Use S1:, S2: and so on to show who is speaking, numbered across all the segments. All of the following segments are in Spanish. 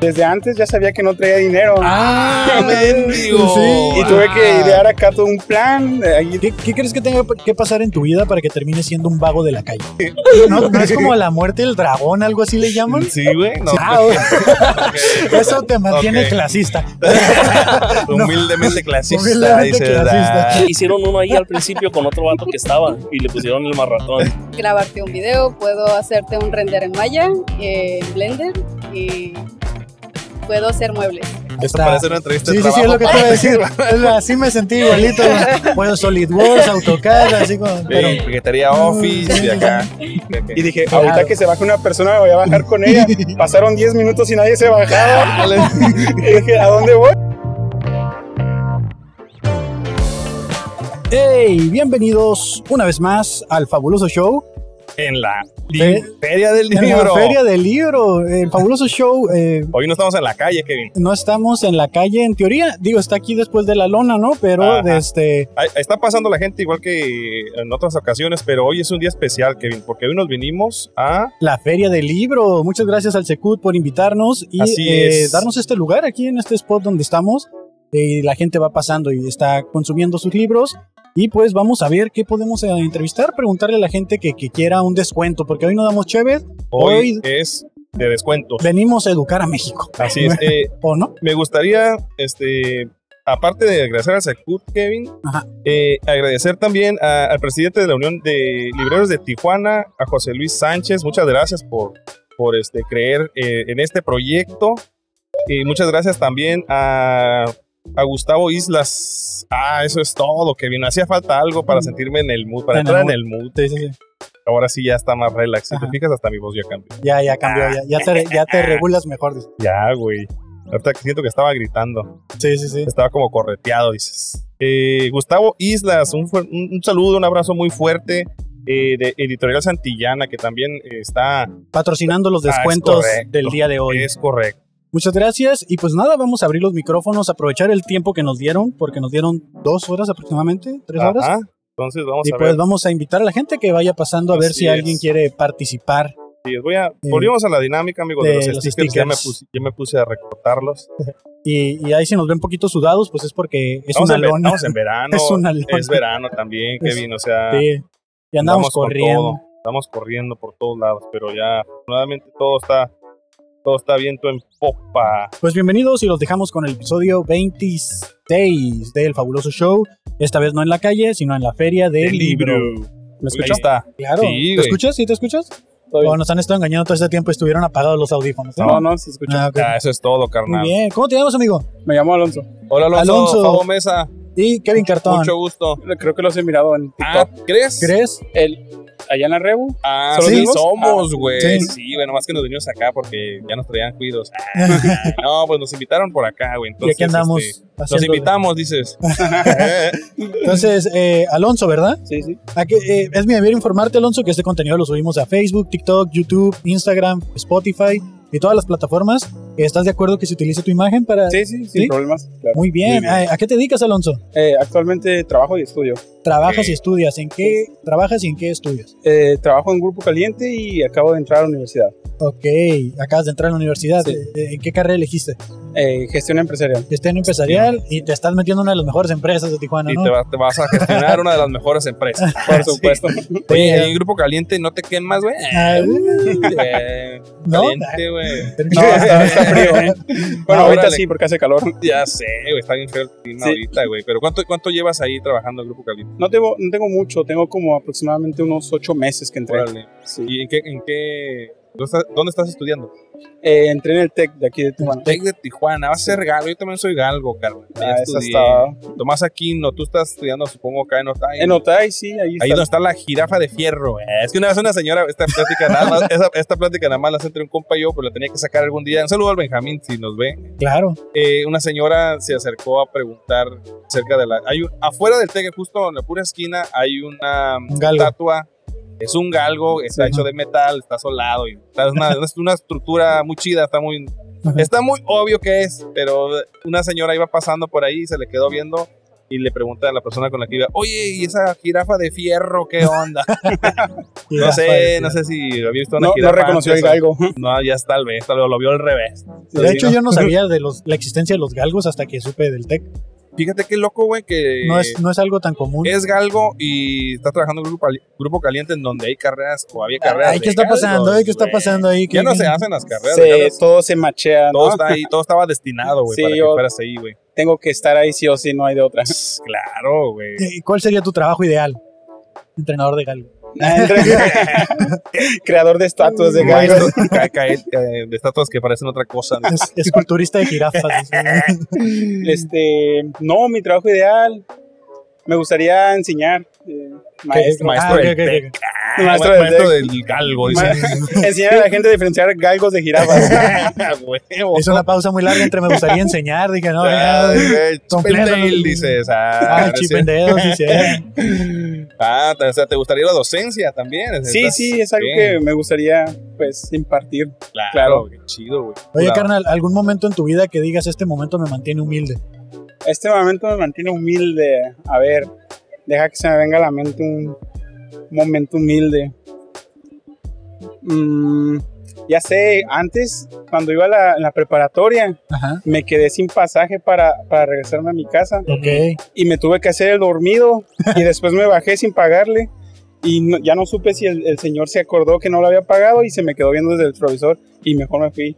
S1: Desde antes ya sabía que no traía dinero.
S2: ¡Ah, mendigo! Ah.
S1: Sí, y tuve que idear acá todo un plan. eh, Ahí-
S3: ¿Qué, qué crees que tenga que pasar en tu vida para que termines siendo un vago de la calle? ¿No, no es como la muerte del dragón, algo así le llaman?
S2: Sí, güey. No,
S3: Ah,
S2: ok.
S3: Eso te mantiene
S2: Ok.
S3: clasista.
S2: Humildemente clasista.
S3: Humildemente
S2: dice,
S3: clasista.
S2: "Ah".
S4: Hicieron uno ahí al principio con otro vato que estaba y le pusieron el marratón.
S5: grabarte un video, puedo hacerte un render en Maya, eh, en Blender y puedo hacer muebles.
S2: Esto
S3: Está-
S2: parece una entrevista
S3: Sí,
S2: de
S3: sí, sí, es lo
S2: trabajo.
S3: que te iba a decir. Es la- Así me sentí igualito. güey. Puedo SolidWorks, AutoCAD, así como. Pero,
S2: Sí, Secretaría Office de acá.
S1: Y dije,
S3: Claro.
S1: ahorita que se baje una persona, me voy a bajar con ella. Pasaron 10 minutos y nadie se bajaba. y dije, ¿a dónde voy?
S3: hey, bienvenidos una vez más al fabuloso show.
S2: En la
S3: Fe-
S2: Feria del
S3: En la
S2: Libro.
S3: feria del libro. El fabuloso show. eh,
S2: Hoy no estamos en la calle, Kevin.
S3: no estamos en la calle, en teoría. Digo, está aquí después de la lona, ¿no? Pero este,
S2: Ajá.
S3: desde.
S2: Ahí- ahí Está pasando la gente igual que en otras ocasiones, pero hoy es un día especial, Kevin, porque hoy nos vinimos a
S3: la Feria del Libro. Muchas gracias al Secut por invitarnos y
S2: Así
S3: eh,
S2: es.
S3: darnos este lugar aquí en este spot donde estamos. Eh, y la gente va pasando y está consumiendo sus libros. Y pues vamos a ver qué podemos eh, entrevistar, preguntarle a la gente que, que quiera un descuento, porque hoy no damos chévere,
S2: Hoy
S3: Hoy-
S2: es de descuentos.
S3: venimos a educar a México,
S2: Así es. eh,
S3: ¿o no?
S2: me gustaría, este, aparte de agradecer al Secut, Kevin,
S3: Ajá.
S2: eh, agradecer también a- al presidente de la Unión de Libreros de Tijuana, a José Luis Sánchez. Muchas gracias por, por este, creer eh, en este proyecto. Y muchas gracias también a, a Gustavo Islas. Ah, eso es todo, Kevin. Hacía falta algo para sentirme en el mood, para
S3: Mm. En el
S2: entrar en
S3: mood.
S2: el mood.
S3: Sí, sí, sí.
S2: Ahora sí ya está más relax. Si te
S3: Ajá.
S2: fijas, hasta mi voz ya cambió.
S3: Ya, ya cambió, ya, ya, te, ya
S2: Ah.
S3: te regulas mejor. dice.
S2: Ya, güey. Ahorita siento que estaba gritando.
S3: Sí, sí, sí.
S2: Estaba como correteado, dices. Eh, Gustavo Islas, un, fuer- un- un saludo, un abrazo muy fuerte eh, de Editorial Santillana, que también eh, está...
S3: Patrocinando los
S2: Ah, es
S3: descuentos
S2: correcto.
S3: del día de hoy.
S2: Es correcto.
S3: Muchas gracias y pues nada, vamos a abrir los micrófonos, aprovechar el tiempo que nos dieron, porque nos dieron dos horas aproximadamente, tres horas.
S2: Ajá. Entonces vamos
S3: Y
S2: a
S3: pues
S2: ver.
S3: vamos a invitar a la gente que vaya pasando a ver
S2: Así
S3: si alguien
S2: es.
S3: quiere participar.
S2: Sí, voy a, volvimos a la dinámica, amigos, de,
S3: pues, eh, de
S2: los
S3: los
S2: stickers. Ya, me
S3: stickers.
S2: puse, ya me puse a recortarlos.
S3: Y, y ahí si nos ven poquito sudados, pues es porque es
S2: Estamos,
S3: una
S2: en, ve-
S3: lona.
S2: estamos en verano.
S3: es una lona.
S2: Es verano también,
S3: Es-
S2: Kevin. O sea,
S3: Sí. Y andamos
S2: andamos con
S3: corriendo.
S2: todo. estamos corriendo por todos lados, pero ya afortunadamente todo está, todo está viento en popa.
S3: Pues bienvenidos y los dejamos con el episodio 26 del fabuloso show. Esta vez no en la calle, sino en la feria del
S2: El
S3: libro. ¿Me
S2: Ahí
S3: escuchas?
S2: está.
S3: Claro.
S2: Sí,
S3: ¿Te
S2: güey.
S3: escuchas? ¿Sí te escuchas?
S1: bien.
S3: O nos han estado engañando todo este tiempo, estuvieron apagados los audífonos. ¿eh?
S1: No, no, se escucha.
S3: Ah, ok.
S2: Ah, eso es todo,
S3: Muy
S2: carnal.
S3: bien. ¿Cómo te llamas, amigo?
S1: Ah. Me llamo Alonso.
S2: Hola Alonso,
S3: Alonso.
S2: Fabo Mesa,
S3: Y Kevin Cartón.
S2: mucho gusto.
S1: Creo que los he mirado en
S2: Ah,
S1: TikTok.
S2: ¿crees?
S3: ¿Crees?
S1: El, allá en la Rebu.
S2: Ah,
S1: ¿Son los
S2: sí,
S1: mismos?
S2: somos, güey.
S3: sí.
S2: sí, bueno, más que nos vinimos acá porque ya nos traían cuidos. no, pues nos invitaron por acá,
S3: y
S2: güey. Entonces,
S3: aquí andamos.
S2: este, nos
S3: haciendo-
S2: invitamos, dices.
S3: Entonces, eh, Alonso, ¿verdad?
S1: Sí, sí.
S3: ¿A qué, eh, es mi deber informarte, Alonso, que este contenido lo subimos a Facebook, TikTok, YouTube, Instagram, Spotify y todas las plataformas. ¿Estás de acuerdo que se utilice tu imagen para...?
S1: Sí, sí, sin
S3: ¿Sí?
S1: problemas. claro.
S3: Muy bien.
S2: Muy bien.
S3: Ay, ¿A qué te dedicas, Alonso?
S1: Eh, actualmente trabajo y estudio.
S3: ¿Trabajas
S2: Sí.
S3: y estudias? ¿En qué trabajas y en qué estudias?
S1: Eh, trabajo en Grupo Caliente y acabo de entrar a la universidad.
S3: Ok, acabas de entrar a la universidad.
S1: Sí.
S3: Eh, ¿En qué carrera elegiste?
S1: Eh, gestión empresarial.
S3: Estás en empresarial y te estás metiendo en una de las mejores empresas de Tijuana,
S2: y
S3: ¿no?
S2: te, va- te vas a gestionar una de las mejores empresas.
S1: Por supuesto.
S2: Oye,
S3: Sí.
S2: ahí en Grupo Caliente no te queden más, güey.
S3: Ah, uh,
S2: Eh,
S3: ¿No?
S2: Caliente, güey.
S1: No, está, está frío. ¿eh? Bueno,
S2: Ah,
S1: ahorita
S2: órale.
S1: sí, porque hace calor.
S2: Ya sé, güey, está bien feo el clima
S1: Sí.
S2: ahorita, güey. Pero ¿cuánto, ¿cuánto llevas ahí trabajando en Grupo Caliente?
S1: No tengo, no tengo mucho, tengo como aproximadamente unos ocho meses que entré.
S2: Órale. ¿Y en qué, en qué, dónde estás- dónde estás estudiando?
S1: Eh, entré en el TEC de aquí de Tijuana.
S2: Tec de Tijuana, vas a ser galgo, yo también soy galgo, carnal. Ya
S1: Ah, esa
S2: estudié.
S1: está.
S2: Tomás Aquino, tú estás estudiando, supongo, acá en Otay.
S1: En Otay, sí, ahí
S2: Ahí
S1: está.
S2: donde está la jirafa de fierro. eh. Es que una vez una señora, esta plática nada más, esa- esta plática nada más la hace entre un compa y yo, pero la tenía que sacar algún día. Un saludo al Benjamín, si nos ve.
S3: claro.
S2: Eh, una señora se acercó a preguntar acerca de la... Hay un- afuera del TEC, justo en la pura esquina, hay una
S3: Un galgo.
S2: estatua. Es un galgo, está
S3: Sí.
S2: hecho de metal, está solado. Y está- es una, es una estructura muy chida, está muy, Está muy obvio que es, pero una señora iba pasando por ahí y se le quedó viendo Y le pregunta a la persona con la que iba, oye, ¿y esa jirafa de fierro qué onda? no sé, no sé si había visto
S1: No,
S2: una
S1: no
S2: jirafa.
S1: reconoció el
S2: antes o-
S1: galgo.
S2: No, ya es tal vez, tal vez lo vio al revés.
S3: De
S2: Sí,
S3: hecho,
S2: ¿no?
S3: yo no sabía de los, la existencia de los galgos hasta que supe del TEC.
S2: Fíjate qué loco, güey, que
S3: No es, no es algo tan común.
S2: es galgo y está trabajando en grupo, Ali- grupo caliente en donde hay carreras o había carreras.
S3: Ay,
S2: de
S3: ¿qué está
S2: galgos,
S3: pasando? Ay, ¿Qué está
S2: güey.
S3: pasando ahí?
S2: Ya
S3: ¿Qué-
S2: no
S3: qué-
S2: se hacen las carreras. de
S1: Se,
S2: galgos.
S1: todo se machea, ¿no?
S2: Todo está ahí, todo estaba destinado, güey,
S1: Sí,
S2: para
S1: yo-
S2: que fueras ahí, güey.
S1: Tengo que estar ahí sí o sí, no hay de otra.
S2: Pss, Claro, güey.
S3: qué- ¿Cuál sería tu trabajo ideal? Entrenador de galgo.
S1: Ah, Creador de estatuas de galgos.
S2: Maestro, ca- cae- eh, de estatuas que parecen otra cosa. ¿no?
S3: Es, esculturista de jirafas. dice.
S1: Este, no, mi trabajo ideal. Me gustaría enseñar. eh, maestro.
S2: Maestro
S3: Ah, ok,
S2: del
S3: ok, ok.
S2: tec.
S1: Maestro
S2: Ma-
S1: del
S2: maestro del galgo, dice.
S1: Ma- enseñar a la gente a diferenciar galgos de jirafas.
S2: Ah, Huevo.
S3: Hizo una pausa muy larga entre me gustaría enseñar. Dije, no, ya.
S2: Ah, güey, chip and
S3: Completo.
S2: Dale, dices.
S3: Ah,
S2: Ah,
S3: el chip
S2: sí.
S3: en dedos, sí, sí.
S2: Ah, o sea, ¿te gustaría la docencia también?
S1: Sí,
S2: Estás-
S1: sí, es algo
S2: Bien,
S1: que me gustaría, pues, impartir.
S2: Claro,
S1: claro.
S2: qué chido, güey.
S3: Oye,
S2: Claro.
S3: carnal, ¿algún momento en tu vida que digas este momento me mantiene humilde?
S1: Este momento me mantiene humilde. A ver, deja que se me venga a la mente un momento humilde. Mm, ya sé, antes, cuando iba a la, en la preparatoria,
S3: Ajá.
S1: me quedé sin pasaje para, para regresarme a mi casa
S3: Ok.
S1: y me tuve que hacer el dormido y después me bajé sin pagarle y no- ya no supe si el, el señor se acordó que no lo había pagado y se me quedó viendo desde el provisor y mejor me fui.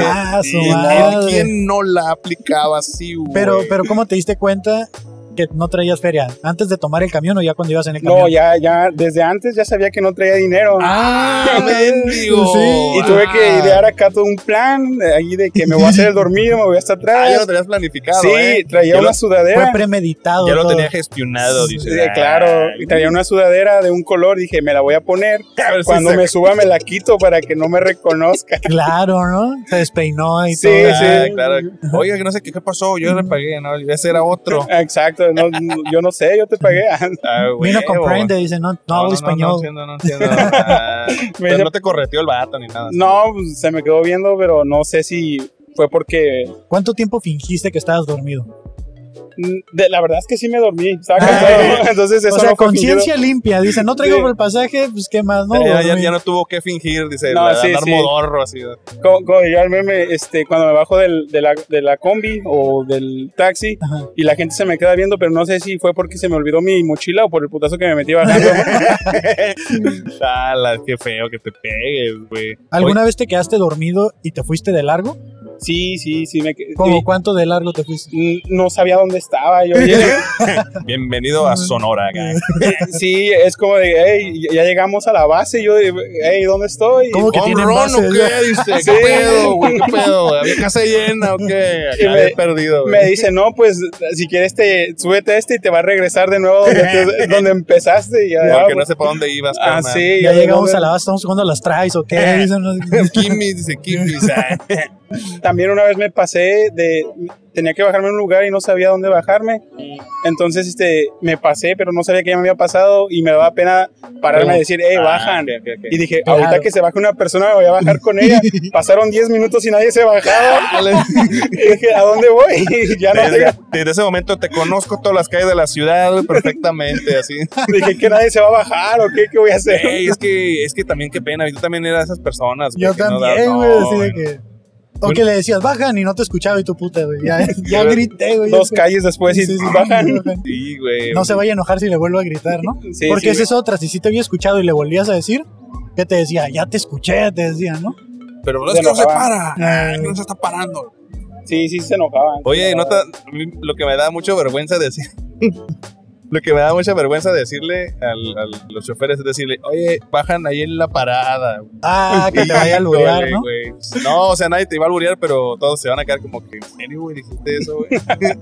S3: Ah, su
S2: Mm. Y
S3: madre.
S2: ¿Quién no la aplicaba así, güey?
S3: Pero, pero ¿cómo te diste cuenta que no traías feria? ¿Antes de tomar el camión o ya cuando ibas en el camión?
S1: No, ya, ya, desde antes ya sabía que no traía dinero.
S2: ¡Ah, mendigo!
S3: Sí,
S1: Y tuve
S2: Ah.
S1: que idear acá todo un plan eh, ahí de que me voy a hacer el dormido, me voy hasta
S2: Ah, ya lo
S1: atrás.
S2: tenías planificado,
S1: sí,
S2: ¿eh?
S1: traía
S2: Ya lo-
S1: una
S3: Fue
S1: sudadera.
S3: premeditado.
S2: Ya lo
S3: todo.
S2: tenía gestionado,
S1: Sí,
S2: dice. Ah,
S1: claro, y traía una sudadera de un color, dije, me la voy a poner.
S2: A ver si
S1: Cuando
S2: se-
S1: me suba me la quito para que no me reconozca.
S3: Claro, ¿no? Se despeinó y
S1: Sí,
S3: todo.
S2: Ah,
S1: sí.
S2: claro. Oiga, que no sé qué, qué pasó, yo le pagué, no, ese era otro.
S1: Exacto, no, yo no sé, yo te pagué.
S2: Ah,
S3: Y no
S2: huevo.
S3: comprende, dice, no, no, hablo español.
S2: No, entiendo, no entiendo. Ah,
S1: Me
S2: pero
S1: dice-
S2: no te correteó el vato ni nada.
S1: No, pues, se me quedó viendo, pero no sé si fue porque...
S3: ¿Cuánto tiempo fingiste que estabas dormido?
S1: mm, de- la verdad es que sí me dormí, estaba
S3: Ah.
S1: cansado, entonces eso
S3: o sea,
S1: no fue fingido.
S3: conciencia limpia, dice, no traigo
S1: Sí.
S3: por el pasaje, pues qué más, no.
S2: ya, ya-
S3: dormí.
S2: ya no tuvo que fingir, dice,
S1: No,
S2: la-
S1: sí,
S2: andar
S1: sí.
S2: modorro así.
S1: Co- co- yo al meme, este, cuando me bajo del- de, la, de la combi o del taxi
S3: Ajá.
S1: y la gente se me queda viendo, pero no sé si fue porque se me olvidó mi mochila o por el putazo que me metí bajando.
S2: Ala, qué feo que te pegues, güey.
S3: ¿Alguna vez te quedaste dormido y te fuiste de largo?
S1: sí, sí, sí, me que-
S3: ¿Cómo
S1: y-
S3: cuánto de largo te fuiste?
S1: n- no sabía dónde estaba. Yo,
S2: Oye, bienvenido a Sonora, gang.
S1: sí, es como de, hey, ya llegamos a la base. Yo, de, hey, ¿dónde estoy?
S3: ¿Cómo que
S2: ¿Home
S3: tienen
S2: run
S3: base?
S2: o qué? Dice, ¿qué
S1: Sí.
S2: pedo, güey? ¿Qué pedo? güey? ¿Había casa llena o qué?
S1: Y
S2: Acá
S1: me-
S2: bien perdido, güey.
S1: Me dice, no, pues si quieres, te, súbete a este y te va a regresar de nuevo donde, te- donde empezaste. Y ya,
S2: Porque no sé para dónde ibas,
S1: ah,
S2: carnal.
S1: sí,
S3: Ya
S1: yo,
S3: llegamos
S1: no,
S3: a la base, estamos jugando a las traes o qué.
S2: Eh.
S3: Dicen, no,
S2: Kimis, dice Kimis. ah.
S1: También una vez me pasé de tenía que bajarme a un lugar y no sabía dónde bajarme. Entonces este me pasé, pero no sabía que ya me había pasado y me daba pena pararme a decir, "Hey, bajan."
S2: Ah, ok, ok, ok.
S1: Y dije,
S3: Claro.
S1: ahorita que se baje una persona, me voy a bajar con ella. Pasaron 10 minutos y nadie se bajaba. Y dije, ¿a dónde voy? ya no
S2: Desde,
S1: sé.
S2: desde ese momento te conozco todas las calles de la ciudad güey, perfectamente, así.
S1: Dije que nadie se va a bajar o qué, qué voy a hacer.
S2: Ey, es que, es que también qué pena, yo también era de esas personas. güey,
S3: Yo
S2: que no da-
S3: también,
S2: no,
S3: güey, así de
S2: güey.
S3: que... O
S2: Bueno.
S3: que le decías, bajan y no te escuchaba y tu puta, güey. Ya, ya
S2: Yo-
S3: grité, güey.
S1: Dos
S3: Sí,
S1: calles después y
S3: sí, sí,
S1: bajan.
S3: bajan.
S2: Sí, güey.
S3: No se vaya a enojar si le vuelvo a gritar, ¿no?
S1: Sí,
S3: Porque
S1: sí,
S3: esa es otra. Si sí te había escuchado y le volvías a decir, ¿qué te decía? Ya te escuché, te decía, ¿no?
S2: Pero no
S1: Se
S2: es que no se
S1: enojaba.
S2: para.
S3: Ah.
S2: es que no se está parando.
S1: sí, sí, se enojaban.
S2: Oye, no te- lo que me da mucha vergüenza decir. Lo que me da mucha vergüenza decirle al- al- a los choferes es decirle, oye, bajan ahí en la parada. güey".
S3: Ah, que te vaya a alburear,
S2: Híjole,
S3: ¿no?
S2: güey. No, o sea, nadie te iba a alburear, pero todos se van a quedar como que, ¿en serio, güey? Dijiste eso, güey.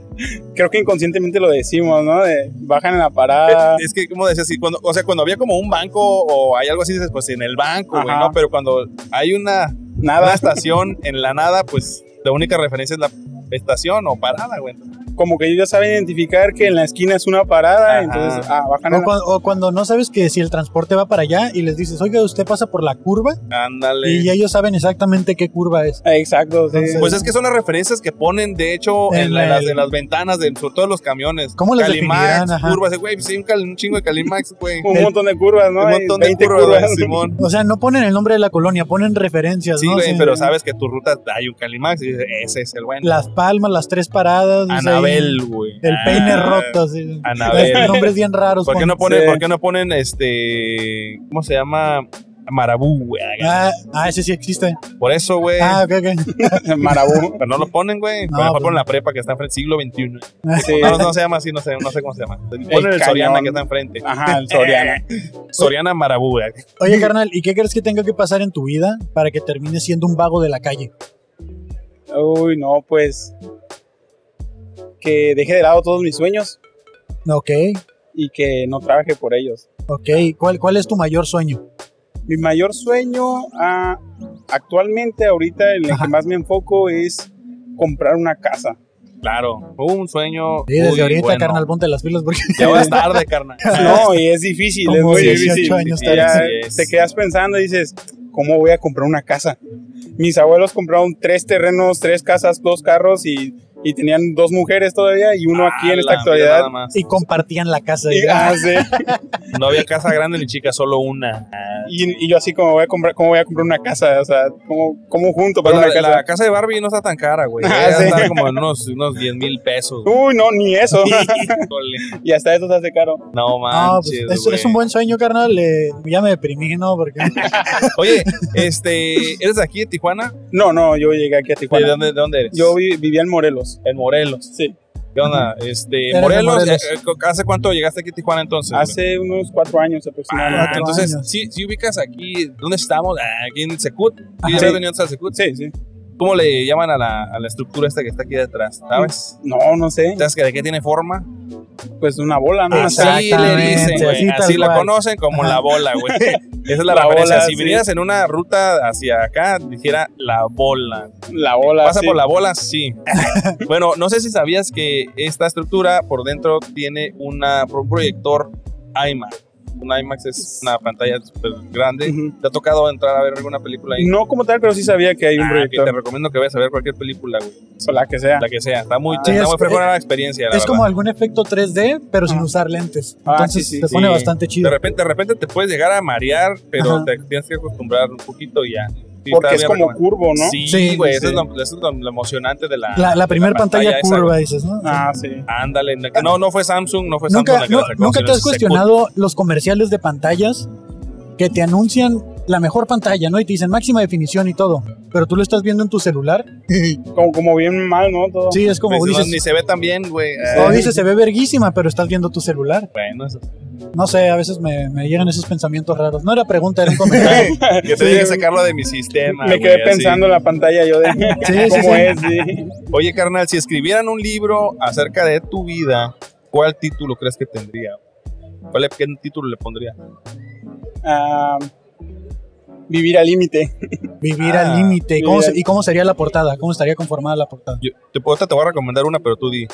S1: Creo que inconscientemente lo decimos, ¿no? De, bajan en la parada.
S2: Es que, como decía, sí, cuando, o sea, cuando había como un banco o hay algo así, dices, pues en el banco, güey,
S1: Ajá.
S2: ¿no? Pero cuando hay una, una
S1: Nada.
S2: estación en la nada, pues la única referencia es la estación o parada, güey.
S1: como que ellos ya saben identificar que en la esquina es una parada,
S2: Ajá.
S1: entonces ah, bajan a
S3: O,
S1: la-
S3: cuan- o cuando no sabes que si el transporte va para allá y les dices, oiga, usted pasa por la curva
S2: Ándale.
S3: y ellos saben exactamente qué curva es.
S1: Ah, Exacto, sí.
S3: Entonces-
S2: Pues es que son las referencias que ponen, de hecho, en,
S3: En
S2: la-
S3: el-
S2: las, en las ventanas, de, sobre todo los camiones.
S3: ¿Cómo las
S2: Calimax,
S3: definirán? Ajá.
S2: curvas, eh, güey, sí, un, cal- un chingo de Calimax, güey.
S1: un
S3: el-
S1: montón de curvas, ¿no?
S2: un
S1: Hay
S2: montón de
S1: 20
S2: curvas, Simón.
S3: O sea, no ponen el nombre de la colonia, ponen referencias,
S2: Sí,
S3: Pues ¿no?
S2: güey,
S3: Sí.
S2: pero sabes que tu ruta hay un Calimax y dices, ese es el bueno.
S3: Las palmas, las tres paradas. dice ahí,
S2: Anabel, güey.
S3: El
S2: Ah,
S3: peine roto, sí.
S2: Anabel.
S3: Nombres bien raros.
S2: ¿Por qué, no
S3: ponen.
S2: ponen,
S1: Sí.
S2: ¿Por qué no ponen este. ¿Cómo se llama? Marabú, güey.
S3: Ah, ah, ese sí existe.
S2: Por eso, güey.
S3: Ah, ok, ok.
S1: Marabú.
S2: Pero no lo ponen,
S3: No,
S2: güey. Pero mejor
S3: pues-
S2: ponen la prepa que está enfrente, siglo XXI.
S1: Sí.
S2: No, no se llama así, no sé, no sé cómo se llama. Ponen el
S1: cañón.
S2: Soriana que está enfrente.
S1: Ajá, el Soriana.
S2: Soriana Marabú, güey.
S3: Oye, carnal, ¿y qué crees que tenga que pasar en tu vida para que termines siendo un vago de la calle?
S1: Uy, no, pues. Que deje de lado todos mis sueños
S3: Ok,
S1: y que no trabaje por ellos.
S3: ok. ¿Cuál, cuál es tu mayor sueño?
S1: Mi mayor sueño ah, actualmente, ahorita, en el
S3: Ajá.
S1: que más me enfoco es comprar una casa.
S2: Claro, un sueño.
S3: Sí, desde
S2: muy
S3: ahorita,
S2: bueno.
S3: carnal, ponte las pilas porque
S2: Ya vas tarde, carnal.
S1: No, y es difícil, es
S3: Como
S1: muy
S3: 18
S1: difícil.
S3: años
S1: Y
S2: tarde.
S1: ya
S2: Así es.
S1: te quedas pensando y dices, ¿cómo voy a comprar una casa? Mis abuelos compraron tres terrenos, tres casas, dos carros y, y tenían dos mujeres todavía y uno aquí
S2: Ah,
S1: en esta
S2: la mira
S1: actualidad.
S2: nada más.
S3: y compartían la casa.
S1: Y, ah, sí.
S2: No había casa grande ni chica, solo una.
S1: Y- y yo así como voy a comprar, ¿cómo voy a comprar una casa? O sea, ¿cómo, cómo junto para
S2: Pero la,
S1: una casa?
S2: la casa de Barbie no está tan cara, güey.
S1: Ah,
S2: Debe
S1: sí.
S2: estar como en unos, unos 10 mil pesos. güey.
S1: Uy, no, ni eso.
S2: Híjole.
S1: y hasta eso se hace caro.
S2: No
S3: No, pues,
S2: ah, manches.
S3: es, es un
S2: güey.
S3: buen sueño, carnal. eh, ya me deprimí, ¿no? Porque
S2: Oye, este, ¿eres de aquí de Tijuana?
S1: No, no, yo llegué aquí a
S2: ¿De
S1: Tijuana.
S2: dónde, de dónde eres?
S1: Yo vi- vivía en Morelos.
S2: en Morelos.
S1: Sí,
S2: ¿Qué onda? Este,
S3: de
S2: Morelos,
S3: Morelos.
S2: eh, eh, ¿hace cuánto llegaste aquí a Tijuana entonces? güey?
S1: hace unos cuatro años
S2: Ah,
S1: aproximadamente.
S3: Cuatro
S2: entonces,
S3: años.
S2: si, si ubicas aquí, ¿dónde estamos? Ah, Aquí en el Secut. ¿Sí ya
S1: Sí.
S2: habías venido antes al Secut?
S1: Sí, sí.
S2: ¿Cómo le llaman a la, a la estructura esta que está aquí detrás? ¿Sabes?
S1: No, no sé.
S2: ¿Sabes que de qué tiene forma?
S1: Pues una bola, ¿no?
S3: Exacto.
S2: Así le dicen,
S3: Exactamente,
S2: güey.
S3: así tal
S2: Así la
S3: cual.
S2: conocen como la bola, güey. Esa es la,
S1: La
S2: referencia.
S1: bola,
S2: si
S1: sí.
S2: vinieras en una ruta hacia acá, dijera la bola.
S1: La bola.
S2: ¿Pasa
S1: Ah, sí.
S2: por la bola? Sí. bueno, no sé si sabías que esta estructura por dentro tiene una, un proyector IMAX. Un IMAX es una pantalla súper grande.
S1: Ujú.
S2: ¿Te ha tocado entrar a ver alguna película ahí?
S1: No como tal, pero sí sabía que hay un
S2: Ah, que te
S1: proyector.
S2: recomiendo que vayas a ver cualquier película, güey.
S1: o la que sea.
S2: La que sea. Está muy,
S1: Ah.
S2: está
S3: Sí, es-
S2: muy fregona la experiencia, la
S3: es
S2: verdad.
S3: como algún efecto 3D, pero sin
S1: Ah.
S3: usar lentes.
S1: Ah,
S3: Entonces
S1: sí, sí,
S3: se pone
S2: sí.
S3: bastante chido.
S2: De repente, de repente te puedes llegar a marear, pero
S3: Ajá.
S2: te tienes que acostumbrar un poquito y ya. Sí,
S1: Porque
S2: está
S1: es
S2: bien
S1: como
S2: recomendable.
S1: curvo, ¿no?
S2: Sí,
S3: Sí,
S2: güey,
S1: sí.
S2: eso es, lo, eso es lo- lo emocionante de la...
S3: La, la primera pantalla,
S2: pantalla esa,
S3: curva, dices, ¿no?
S1: Ah, sí.
S2: Ándale, no- no, no fue Samsung, no fue Samsung
S3: ¿Nunca,
S2: la que
S3: no-
S2: la sacó,
S3: nunca
S2: sino
S3: te has
S2: Secut.
S3: cuestionado los comerciales de pantallas que te anuncian la mejor pantalla, ¿no? Y te dicen máxima definición y todo, pero tú lo estás viendo en tu celular.
S1: Como, como bien mal, ¿no? Todo.
S3: Sí, es como
S2: Pues, no,
S3: dices,
S2: ni se ve tan bien, güey.
S3: no,
S2: Eh,
S3: dices, se ve verguísima, pero estás viendo tu celular.
S2: Bueno, eso-
S3: No sé, a veces me, me llegan esos pensamientos raros. No era pregunta, era un comentario.
S1: Sí.
S2: que tenía que sacarlo de mi sistema.
S1: Me
S2: güey,
S1: quedé
S2: así.
S1: pensando en la pantalla yo de
S3: Sí, sí,
S1: cómo
S3: sí.
S1: es. sí.
S2: Oye, carnal, si escribieran un libro acerca de tu vida, ¿cuál título crees que tendría? ¿Cuál, ¿Qué título le pondría?
S1: Ah, vivir al límite.
S3: Vivir
S2: Ah,
S3: al límite. ¿Cómo
S1: vivir
S3: se-
S1: al-
S3: ¿Y cómo sería la portada? ¿Cómo estaría conformada la portada?
S2: Yo- te, puedo- ahorita te voy a recomendar una, pero tú di.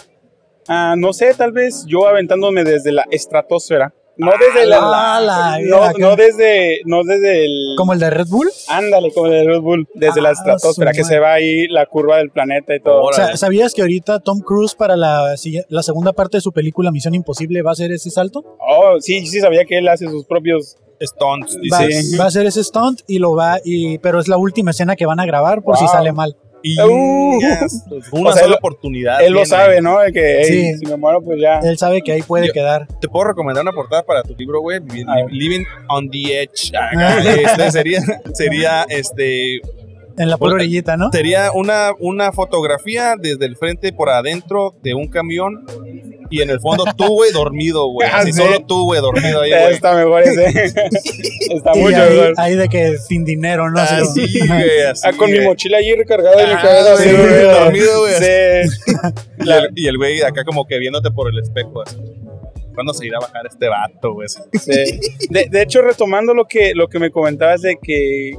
S1: Ah, no sé, tal vez yo aventándome desde la estratosfera. No desde la.
S3: Ah, la-
S1: no,
S3: acá.
S1: no desde. No desde el.
S3: ¿Como el de Red Bull?
S1: Ándale, como el de Red Bull. Desde la
S3: Ah,
S1: estratosfera,
S3: su
S1: que
S3: madre.
S1: se va ahí la curva del planeta y todo.
S3: O
S2: Órale.
S3: sea, ¿Sabías que ahorita Tom Cruise para la, si- la segunda parte de su película Misión Imposible va a hacer ese salto?
S1: Oh, sí, sí sabía que él hace sus propios.
S2: Stunts,
S1: Y
S3: Va,
S2: dice.
S1: sí.
S3: va a hacer ese stunt y lo va, y, pero es la última escena que van a grabar por si
S1: Wow.
S3: sale mal.
S2: Y-
S1: Uh.
S2: yes, una
S1: O sea,
S2: sola
S1: él-
S2: oportunidad.
S1: Él lo
S2: tiene.
S1: sabe, ¿no? De que hey,
S3: Sí.
S1: si me muero, pues ya.
S3: Él sabe que ahí puede
S2: Yo-
S3: quedar.
S2: Te puedo recomendar una portada para tu libro, güey. Vivi-
S1: A ver. Ah.
S2: Living on the Edge. Acá, este, sería, sería, este,
S3: En la pura orillita, ¿no?
S2: sería una, una fotografía desde el frente por adentro de un camión. Y en el fondo tú, güey, dormido, güey.
S1: Ah,
S2: Así
S1: sí.
S2: solo tú, güey, dormido ahí, güey.
S1: Está mejor ese. Está
S3: Y
S1: mucho
S3: ahí,
S1: mejor.
S3: ahí de que sin dinero, ¿no? Así como-
S2: Así, Ah, güey, así,
S1: Ah, con mi
S2: güey.
S1: mochila allí recargada en mi
S2: Ah,
S1: cabeza.
S2: sí,
S1: así,
S2: güey,
S1: güey.
S2: dormido, güey.
S1: Sí.
S2: Y el- Y el güey acá como que viéndote por el espejo. Así. ¿Cuándo se irá a bajar este vato, güey?
S1: Sí. De, de hecho, retomando lo que, lo que me comentabas de que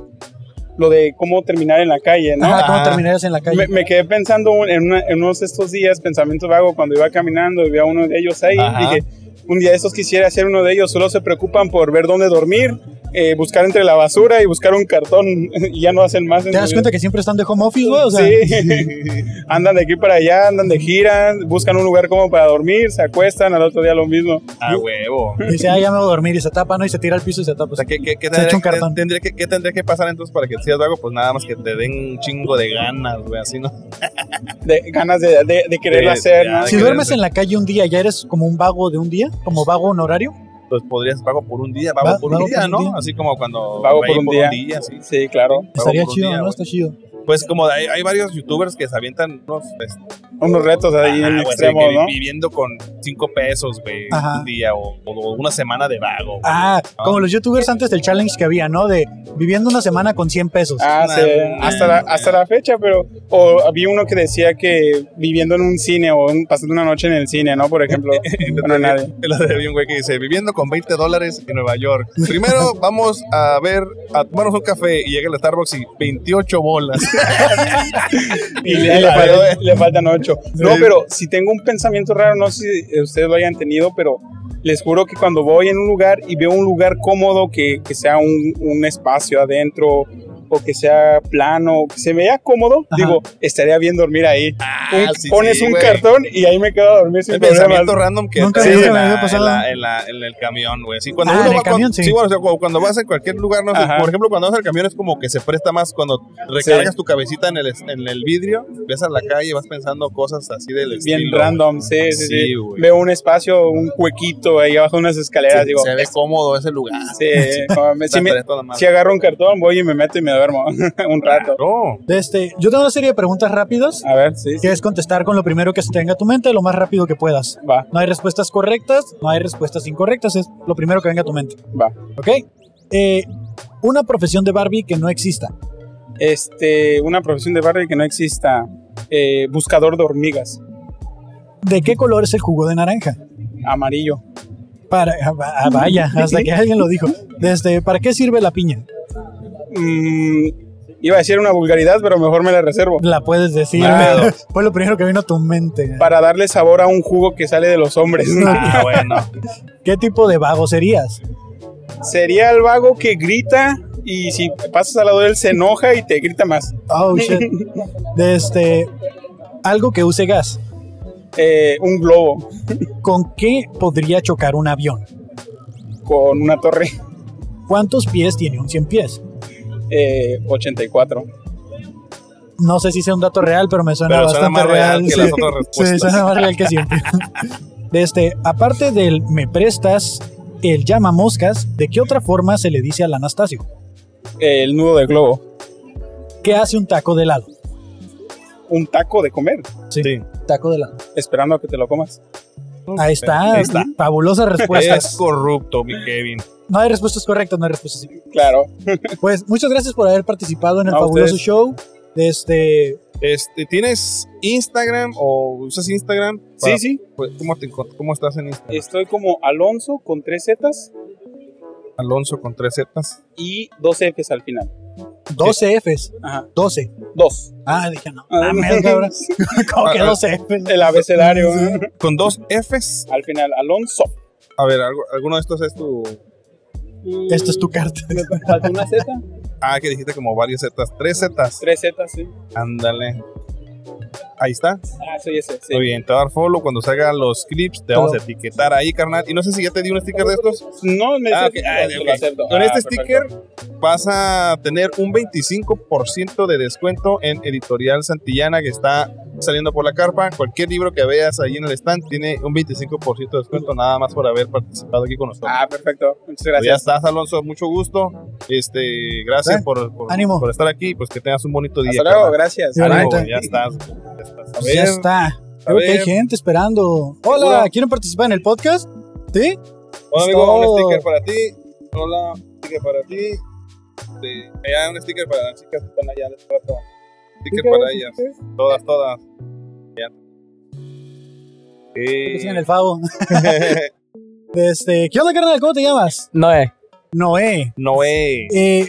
S1: lo de cómo terminar en la calle, ¿no?
S3: Ajá, ¿Cómo
S2: Ajá.
S3: terminarías en la calle?
S1: Me, me quedé pensando un- en, una- en unos de estos días, pensamientos vagos, cuando iba caminando y vi a uno de ellos ahí.
S2: Ajá.
S1: Dije, un día de estos quisiera ser uno de ellos, solo se preocupan por ver dónde dormir, eh, buscar entre la basura y buscar un cartón y ya no hacen más. en
S3: ¿Te das
S1: su
S3: cuenta
S1: vida.
S3: que siempre están de home office, güey? O sea,
S1: sí, andan de aquí para allá, andan de gira, buscan un lugar como para dormir, se acuestan, al otro día lo mismo.
S2: A huevo.
S3: dice, ah, ya me voy a dormir y se tapa, ¿no? Y se tira al piso y se tapa.
S2: O sea, ¿qué, qué,
S3: Se
S2: qué
S3: ha
S2: tendría,
S3: hecho un
S2: qué
S3: cartón.
S2: tendría que, qué tendría que pasar entonces para que seas vago? Pues nada más que te den un chingo de ganas, güey, así, ¿no?
S1: De, ganas de, de, de quererlo
S2: Eh,
S1: hacer,
S2: ya,
S1: ¿no?
S2: de
S3: si
S2: que-
S3: duermes en la calle un día, ¿ya eres como un vago de un día? ¿Como vago honorario?
S2: Pues podrías vago por un día, vago
S3: Va-
S2: por un
S3: vago
S2: día,
S3: por un
S2: ¿no?
S3: día.
S2: Así como cuando
S1: Vago
S2: va
S1: por
S2: ahí
S1: un día.
S2: sí.
S1: Sí, claro.
S3: Estaría
S2: por un
S3: chido,
S2: día,
S3: ¿no?
S2: güey.
S3: Está chido.
S2: Pues como hay, hay varios youtubers que se avientan unos este,
S1: Unos retos ahí
S2: ajá,
S1: en
S2: güey,
S1: extremo,
S2: así Ah, pues que vi-
S1: ¿no?
S2: viviendo con cinco pesos, güey,
S3: Ajá.
S2: un día o, o una semana de vago. güey.
S3: Ah,
S2: Ah.
S3: como los youtubers antes del challenge que había, ¿no? De viviendo una semana con 100 pesos.
S1: Ah,
S2: Nah,
S1: sí,
S2: nah,
S1: hasta, la,
S2: nah.
S1: hasta la fecha, pero. O había uno que decía que viviendo en un cine o en- pasando una noche en el cine, ¿no? Por ejemplo. no, nadie.
S2: El otro día vi un güey que dice, viviendo con 20 dólares en Nueva York. Primero vamos a ver, a tomarnos un café y llega el Starbucks y 28 bolas.
S1: Y le, le fal- le faltan ocho. No, pero si tengo un pensamiento raro, no sé si ustedes lo hayan tenido, pero les juro que cuando voy en un lugar y veo un lugar cómodo, que, que sea un, un espacio adentro o que sea plano, que se me vea cómodo,
S3: Ajá.
S1: digo, estaría bien dormir ahí. Un-
S2: Ah, sí,
S1: pones
S2: sí,
S1: un
S2: güey.
S1: cartón y ahí me quedo a dormir sin
S2: El
S1: problemas.
S2: pensamiento random que
S3: Nunca
S2: traes
S3: me-
S2: en
S3: nunca me
S2: la-
S3: había pasado.
S2: en la- en la- en el camión, güey. Sí, cuando
S3: Ah,
S2: uno
S3: en el
S2: va con-
S3: camión, sí.
S2: sí, bueno, o sea, cuando- cuando vas en cualquier lugar, no sé,
S1: Ajá.
S2: por ejemplo, cuando vas al camión es como que se presta más cuando recargas tu cabecita en el, es- en el vidrio, ves a la calle y vas pensando cosas así del
S1: Bien
S2: estilo.
S1: random, sí, sí, sí.
S2: Sí, güey.
S1: Veo un espacio, un huequito ahí abajo de unas escaleras,
S2: Se,
S1: digo,
S2: se ve cómodo ese lugar.
S1: sí, no, me- si,
S2: Está
S1: me-
S2: toda madre.
S1: si agarro un cartón, voy y me meto y me duermo un rato.
S2: Claro.
S3: De Este, yo tengo una serie de preguntas rápidas
S1: A ver, sí, sí,
S3: que es contestar con lo primero que se tenga a tu mente lo más rápido que puedas.
S1: va,
S3: No hay respuestas correctas, no hay respuestas incorrectas, es lo primero que venga a tu mente.
S1: va.
S3: ¿Ok? Eh, una profesión de Barbie que no exista.
S1: Este, una profesión de barrio que no exista, eh, buscador de hormigas,
S3: ¿De qué color es el jugo de naranja?
S1: amarillo.
S3: Para, ah, va- ah, vaya, hasta que alguien lo dijo. Desde, ¿Para qué sirve la piña?
S1: Mm, iba a decir una vulgaridad, pero mejor me la reservo.
S3: La puedes decir.
S1: Ah.
S3: güey. Fue lo primero que vino a tu mente.
S1: Para darle sabor a un jugo que sale de los hombres.
S2: Ah, bueno.
S3: ¿Qué tipo de vago serías?
S1: Sería el vago que grita y si pasas al lado de él se enoja y te grita más.
S3: Oh, shit. Desde, algo que use gas.
S1: Eh, un globo
S3: ¿Con qué podría chocar un avión?
S1: con una torre.
S3: ¿Cuántos pies tiene un 100 pies?
S1: Eh, 84.
S3: No sé si sea un dato real, pero me suena
S2: Pero suena
S3: bastante
S2: más real que
S3: sí.
S2: las otras
S3: Sí,
S2: respuestas.
S3: suena más real que siempre. Desde, aparte del me prestas, el llama moscas, ¿de qué otra forma se le dice al Anastasio?
S1: Eh, el nudo del globo.
S3: ¿Qué hace un taco de helado?
S1: Un taco de comer.
S2: Sí.
S3: Taco de helado.
S1: Esperando a que te lo comas.
S3: Ahí está,
S2: Ahí está.
S3: fabulosas respuestas.
S2: Es corrupto, mi Kevin.
S3: No hay respuestas correctas, no hay respuestas.
S1: Claro.
S3: Pues muchas gracias por haber participado en el
S1: A
S3: fabuloso
S1: ustedes.
S3: show. Este,
S2: Este, ¿Tienes Instagram o usas Instagram?
S1: Sí,
S2: Para-
S1: sí.
S2: pues, ¿cómo, te encont- cómo estás en Instagram?
S1: Estoy como Alonso con tres Zetas
S2: Alonso con tres Zetas.
S1: y dos Fs al final.
S3: 12 Fs,
S1: Ajá.
S3: 12.
S1: Dos.
S3: Ah, dije no.
S1: Ah,
S3: Ah, mierda, cabrón. ¿Cómo que
S2: Ah, ah.
S3: 12 Fs?
S1: El abecedario.
S3: Sí, sí.
S1: ¿eh?
S2: Con dos Fs.
S1: Al final, Alonso.
S2: A ver, algo- alguno de estos es tu.
S1: Mm,
S3: Esta es tu carta.
S1: ¿Me faltó una Z?
S2: Ah, que dijiste como varios Zetas. Tres Zetas.
S1: Tres Zetas, sí.
S2: Ándale. Ahí está.
S1: Ah, soy ese. Sí.
S2: Muy bien. Te voy a dar follow cuando salgan los clips. Te vamos a etiquetar ahí, carnal. Y no sé si ya te di un sticker de estos.
S1: No, me dice
S2: Ah, ok,
S1: que-
S2: ah,
S1: te
S2: ok.
S1: lo acepto.
S2: Con
S1: Ah,
S2: este
S1: perfecto.
S2: sticker vas a tener un 25% de descuento en Editorial Santillana que está saliendo por la carpa. Cualquier libro que veas ahí en el stand tiene un 25% de descuento nada más por haber participado aquí con nosotros.
S1: Ah, perfecto. Muchas
S2: Pues ya
S1: gracias.
S2: estás, Alonso. Mucho gusto. Este,
S3: Eh,
S2: gracias por, por,
S3: ánimo.
S2: por estar aquí. Pues que tengas un bonito día.
S1: Hasta luego,
S2: carnal.
S1: gracias.
S3: Sí,
S2: Ánimo,
S3: Igualmente.
S2: ya estás. Ya estás. A
S3: Pues ya
S2: ver,
S3: está. Creo que hay
S2: ver.
S3: gente esperando. Hola,
S2: Seguro.
S3: ¿quieren participar en el podcast? ¿Sí?
S2: Hola,
S3: Es
S2: amigo,
S3: todo.
S2: un sticker para ti. Hola, un sticker para ti. Este, allá un sticker para las chicas que están allá de este rato. Sticker para ellas. Todas, todas. Ya.
S3: Que
S2: Eh,
S3: sigan Pues el favo. Este, ¿Qué onda, carnal? ¿Cómo te llamas?
S6: Noé,
S3: Noé.
S2: Noé.
S3: Eh,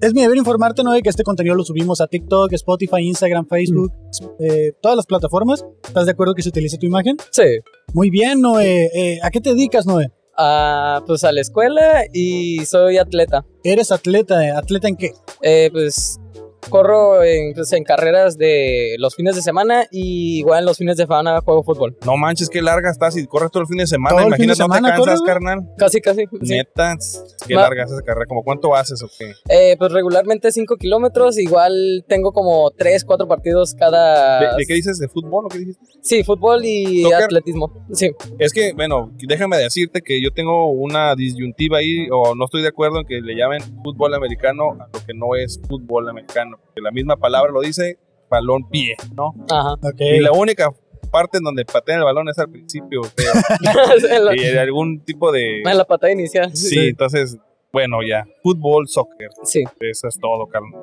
S3: es mi deber informarte, ¿no? De que este contenido lo subimos a TikTok, Spotify,
S2: Mm.
S3: Instagram, Facebook, eh, todas las plataformas. ¿Estás de acuerdo que se utilice tu imagen?
S6: Sí.
S3: Muy bien, Noé. Eh, ¿A qué te dedicas, Noé?
S6: Ah, pues a la escuela y soy atleta.
S3: ¿Eres atleta? eh, ¿Atleta en qué?
S6: Eh, pues corro en, pues, en carreras de los fines de semana y igual los fines de semana juego fútbol.
S2: No manches, qué larga estás y corres todo el fin de semana.
S3: Todo el fin de
S2: Imagínate,
S3: semana,
S2: no te cansas,
S3: corre, güey.
S2: carnal.
S6: Casi, casi. sí.
S2: Neta, qué
S6: Va-
S2: larga es esa carrera. ¿Cómo cuánto haces o qué?
S6: Eh, pues regularmente 5 kilómetros, igual tengo como 3, 4 partidos cada...
S2: ¿De, de qué dices? ¿De fútbol o qué dijiste?
S6: Sí, fútbol y
S2: ¿Soccer?
S6: atletismo. Sí,
S2: Es que, bueno, déjame decirte que yo tengo una disyuntiva ahí, o no estoy de acuerdo en que le llamen fútbol americano a lo que no es fútbol americano. Porque la misma palabra lo dice balón pie, ¿no?
S6: ajá.
S3: Ok.
S2: Y la única parte en donde patean el balón es al principio, o sea,
S6: en, la,
S2: y hay algún tipo de...
S6: en la patada inicial.
S2: Sí, entonces, bueno, ya. Fútbol, soccer,
S6: Sí.
S2: eso es todo, Carlos.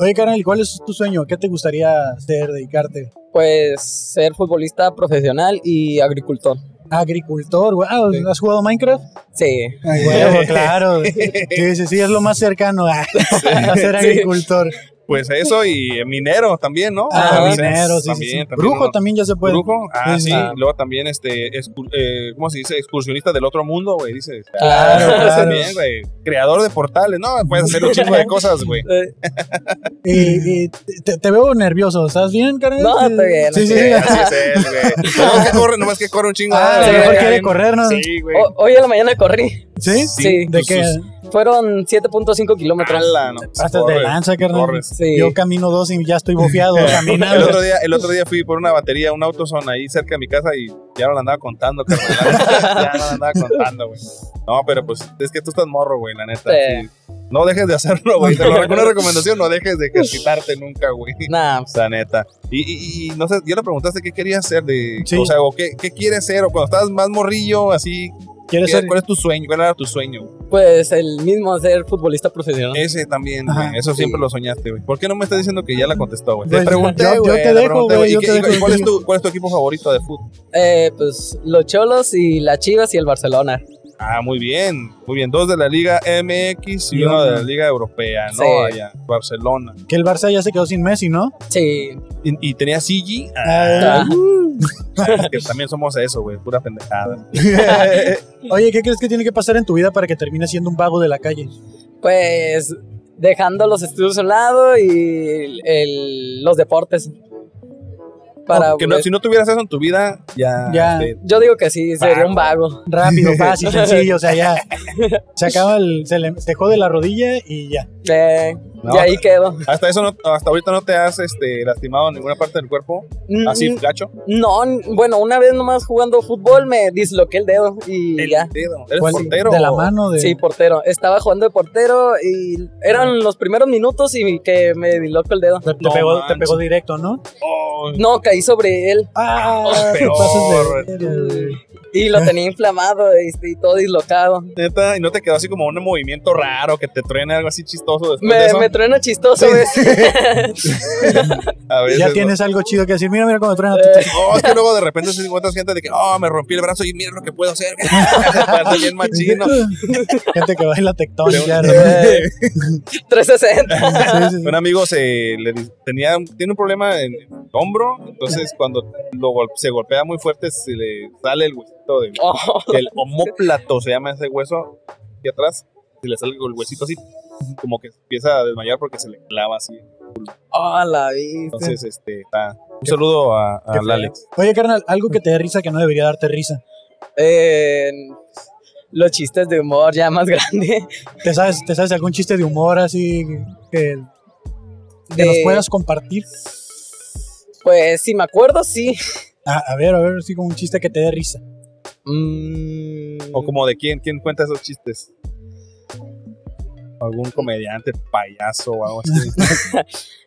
S3: Oye, carnal, ¿y ¿cuál es tu sueño? ¿Qué te gustaría ser, dedicarte?
S6: Pues ser futbolista profesional y agricultor.
S3: Agricultor, wow.
S6: Sí.
S3: ¿Has jugado Minecraft?
S6: Sí.
S3: Ay, huevo, claro. Sí, sí, sí, es lo más cercano a, a ser
S6: Sí.
S3: agricultor.
S2: Pues eso y minero también, ¿no?
S3: Ah,
S2: También,
S3: minero, sí, sí, sí. Brujo
S2: ¿no?
S3: también ya se puede.
S2: Brujo, ah,
S3: Sí,
S2: sí.
S3: sí.
S2: Luego también, este, excu- eh, ¿cómo se dice? Excursionista del otro mundo, güey, dices.
S3: Claro,
S2: Ah,
S3: claro.
S2: también, güey. Creador de portales, ¿no? Puedes hacer un chingo de cosas, güey.
S6: Eh,
S3: Y, y te, te veo nervioso. ¿Estás bien, carnal?
S6: No, estoy bien,
S3: Sí, sí,
S6: estoy
S3: sí.
S2: Eh, así es él, güey. Nomás que corre, nomás que corre un chingo.
S3: Ah, a lo
S6: Sí,
S3: mejor
S6: güey.
S3: quiere correr, ¿no? Oh,
S2: Sí, güey.
S6: ho- hoy en la mañana corrí.
S3: ¿Sí?
S6: Sí.
S3: ¿De qué?
S6: Fueron 7.5 kilómetros.
S2: Ala, no.
S3: Hasta de
S2: Corre.
S3: lanza, carnal.
S2: corres.
S6: Sí.
S3: Yo camino dos y ya estoy bofeado
S2: El
S3: caminando.
S2: otro, día, el otro día fui por una batería, a un autosona ahí cerca de mi casa y ya no la andaba contando, carnal. Ya no la andaba contando, güey. No, pero pues es que tú estás morro, güey, la neta.
S6: Sí.
S2: sí. No dejes de hacerlo, güey. Te lo recuerdo, una recomendación, no dejes de ejercitarte nunca, güey.
S6: Nah,
S2: La neta. Y, y- y no sé, ya le preguntaste qué querías ser de.
S3: Sí.
S2: O sea, o qué, qué quieres ser, o cuando estabas más morrillo, así.
S3: ¿Quieres
S2: ¿qué-
S3: ser?
S2: ¿Cuál es tu sueño? ¿Cuál era tu sueño?
S6: pues el mismo ser futbolista profesional.
S2: Ese también,
S3: Ah. Ajá.
S2: güey. Eso siempre lo soñaste, güey. ¿Por qué no me estás diciendo que ya la contestó, güey?
S3: Pues,
S2: te pregunté,
S3: yo- yo
S2: güey.
S3: te
S2: la
S3: dejo,
S2: pregunté,
S3: güey, yo
S2: ¿Y
S3: te
S2: qué- y
S3: dejo,
S2: cuál,
S3: yo
S2: es
S3: te
S2: tu, ¿Cuál es tu equipo favorito de fútbol?
S6: Eh, pues los Cholos y las Chivas y el Barcelona.
S2: Ah, muy bien. Muy bien. Dos de la Liga MX y
S3: Sí,
S2: uno de
S3: ajá.
S2: la Liga Europea, ¿no?
S6: Sí.
S2: Allá, Barcelona.
S3: Que el Barça ya se quedó sin Messi, ¿no?
S6: Sí.
S2: Y, y tenía Sigi.
S3: Ah.
S2: que también somos eso, güey. Pura pendejada.
S3: Oye, ¿qué crees que tiene que pasar en tu vida para que termines siendo un vago de la calle?
S6: Pues dejando los estudios a un lado y el- el- los deportes. Para, pues,
S2: Que no- si no tuvieras eso en tu vida, ya.
S3: Ya.
S2: este,
S6: Yo digo que sí, sería un vago.
S3: Rápido, fácil, sencillo, o sea, ya. Se acaba el. Se le se jode la rodilla y ya.
S6: Eh,
S2: No.
S6: Y ahí quedo.
S2: hasta eso, no, hasta ahorita no te has este, lastimado en ninguna parte del cuerpo.
S6: Mm,
S2: Así, gacho.
S6: No, n- bueno, una vez nomás jugando fútbol me disloqué el dedo y ya.
S2: dedo. ¿Eres
S3: ¿Cuál?
S2: portero?
S3: De la
S2: o-
S3: mano de.
S6: Sí, portero. Estaba jugando de portero y eran los primeros minutos y que me disloco el dedo.
S3: Te, te
S2: No
S3: pegó, te
S2: manches.
S3: pegó directo, ¿no?
S2: Oh,
S6: No, caí sobre él
S3: Ah,
S2: peor.
S3: pasas de-
S6: y lo tenía inflamado y, y todo dislocado.
S2: neta, y no te quedó así como un movimiento raro que te truene algo así chistoso después de
S6: Me,
S2: eso.
S6: me truena chistoso, ¿ves?
S2: A veces,
S3: Ya
S2: ¿no? Eh,
S3: tienes algo chido que decir. Mira, mira cómo truena.
S6: Eh,
S2: No, es que luego de repente se encuentras gente de que, oh, me rompí el brazo y mira lo que puedo hacer. Parece bien machino.
S3: Gente que baila tectónica. ¿no?
S6: Eh, 360.
S3: Sí, sí, sí.
S2: Un amigo se le dis- tenía tiene un problema en el hombro, entonces cuando lo gol- se golpea muy fuerte se le sale el huesito de-
S6: Oh,
S2: del homóplato, se llama ese hueso aquí atrás, se le sale el huesito así como que empieza a desmayar porque se le clava así.
S6: oh, la viste.
S2: Entonces, este, está. Un saludo a, a
S3: Qué feo.
S2: Alex.
S3: Oye, carnal, algo que te dé risa que no debería darte risa.
S6: Eh, los chistes de humor ya más grande.
S3: ¿Te sabes, ¿Te sabes algún chiste de humor así que, que
S6: De-
S3: nos puedas compartir?
S6: Pues si me acuerdo, sí.
S3: A, Ah, a ver, a ver, así como un chiste que te dé risa.
S6: Mm,
S2: O como de quién, quién cuenta esos chistes. Algún comediante, payaso o algo así.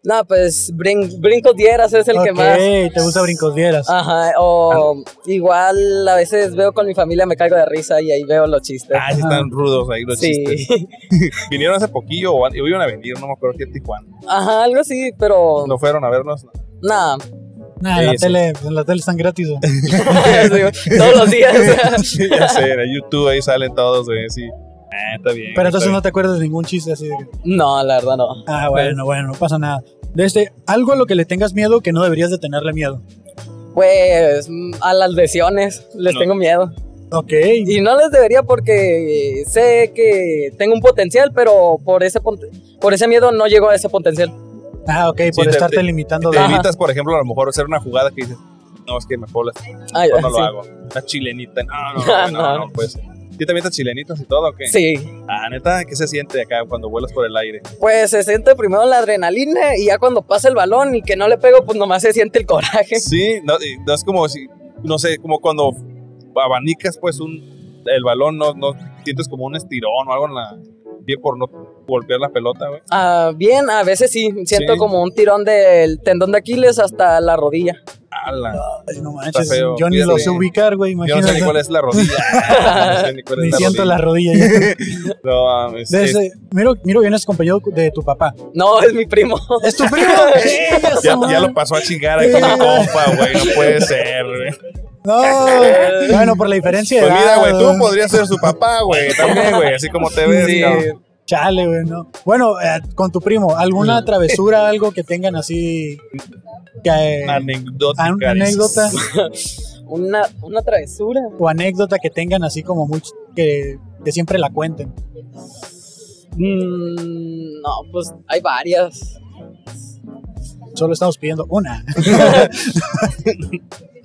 S6: No, pues brin- Brincos Dieras es el que
S3: Ok,
S6: más. Ah,
S3: te gusta brincos dieras.
S6: Ajá, o igual a veces veo con mi familia, me caigo de risa y ahí veo los chistes.
S2: Ah, sí están rudos ahí los chistes.
S6: sí.
S2: Vinieron hace poquillo o van- o iban a venir, no me acuerdo qué Tijuana.
S6: Ajá, algo así,
S3: Oh.
S6: pero.
S2: No fueron a vernos. no.
S6: Nada.
S3: Nah, en, la
S2: Sí, sí.
S3: tele, en la tele están gratis. ¿no?
S6: Digo, Todos los días.
S2: Sí, ya sé, en YouTube ahí salen todos, güey, sí. Ah, está bien.
S3: Pero entonces
S2: está
S3: no te acuerdas de ningún chiste así de que,
S6: No, la verdad no.
S3: Ah,
S2: Pues.
S3: bueno, bueno, no pasa nada. De este, algo a lo que le tengas miedo que no deberías de tenerle miedo.
S6: Pues mm, a las lesiones les
S2: No.
S6: tengo miedo.
S3: Ok.
S6: Y no les debería porque sé que tengo un potencial, pero por ese, pon- por ese miedo no llego a ese potencial.
S3: Ah, ok, por
S2: te-
S3: estarte
S2: te-
S3: limitando.
S2: Te
S3: de-
S2: evitas, por ejemplo, a lo mejor hacer una jugada que dices, no, es que me puedo lastimar,
S6: Ay,
S2: Pues no lo
S6: sí. Ah,
S2: hago. Una chilenita, no, no, no, no, no,
S6: No.
S2: pues. ¿Sí te avientas chilenitas y todo o qué?
S6: Sí,
S2: Ah, neta, ¿qué se siente acá cuando vuelas por el aire?
S6: pues se siente primero la adrenalina y ya cuando pasa el balón y que no le pego, pues nomás se siente el coraje.
S2: Sí, no, y no es como si, no sé, como cuando abanicas pues un, el balón, no, no sientes como un estirón o algo en la pie por no golpear la pelota, güey.
S6: Ah, bien, a veces sí, siento
S2: Sí.
S6: como un tirón del tendón de Aquiles hasta la rodilla.
S2: Ala,
S3: Ay, no manches,
S2: Está feo,
S3: yo ni lo
S2: fíjate.
S3: sé ubicar, güey,
S2: Yo no sé
S3: imagínate.
S2: ni cuál es la rodilla. no sé ni cuál
S3: Ni
S2: es la
S3: siento
S2: rodilla.
S3: la rodilla. ya.
S2: No, mames,
S3: De
S2: es-
S3: ese- miro, miro, vienes acompañado de tu papá.
S6: No, es mi primo.
S3: ¡Es tu primo! Chinga su
S2: ya,
S3: madre.
S2: ya lo pasó a chingar ahí con mi compa, güey. No puede ser, güey.
S3: No, bueno, por la diferencia de
S2: Pues mira,
S3: edad,
S2: güey, tú podrías ser su papá, güey. También, güey. Así como te ves,
S6: Sí.
S2: cabrón.
S3: Chale, güey, no. Bueno, eh, con tu primo, ¿alguna travesura, algo que tengan así? Que, eh,
S2: Anecdótica.
S3: an-
S2: dices.
S3: anécdota
S6: Una, una travesura.
S3: o anécdota que tengan así como muy... Que, que siempre la cuenten.
S6: Mm, no, pues hay varias.
S3: Solo estamos pidiendo una.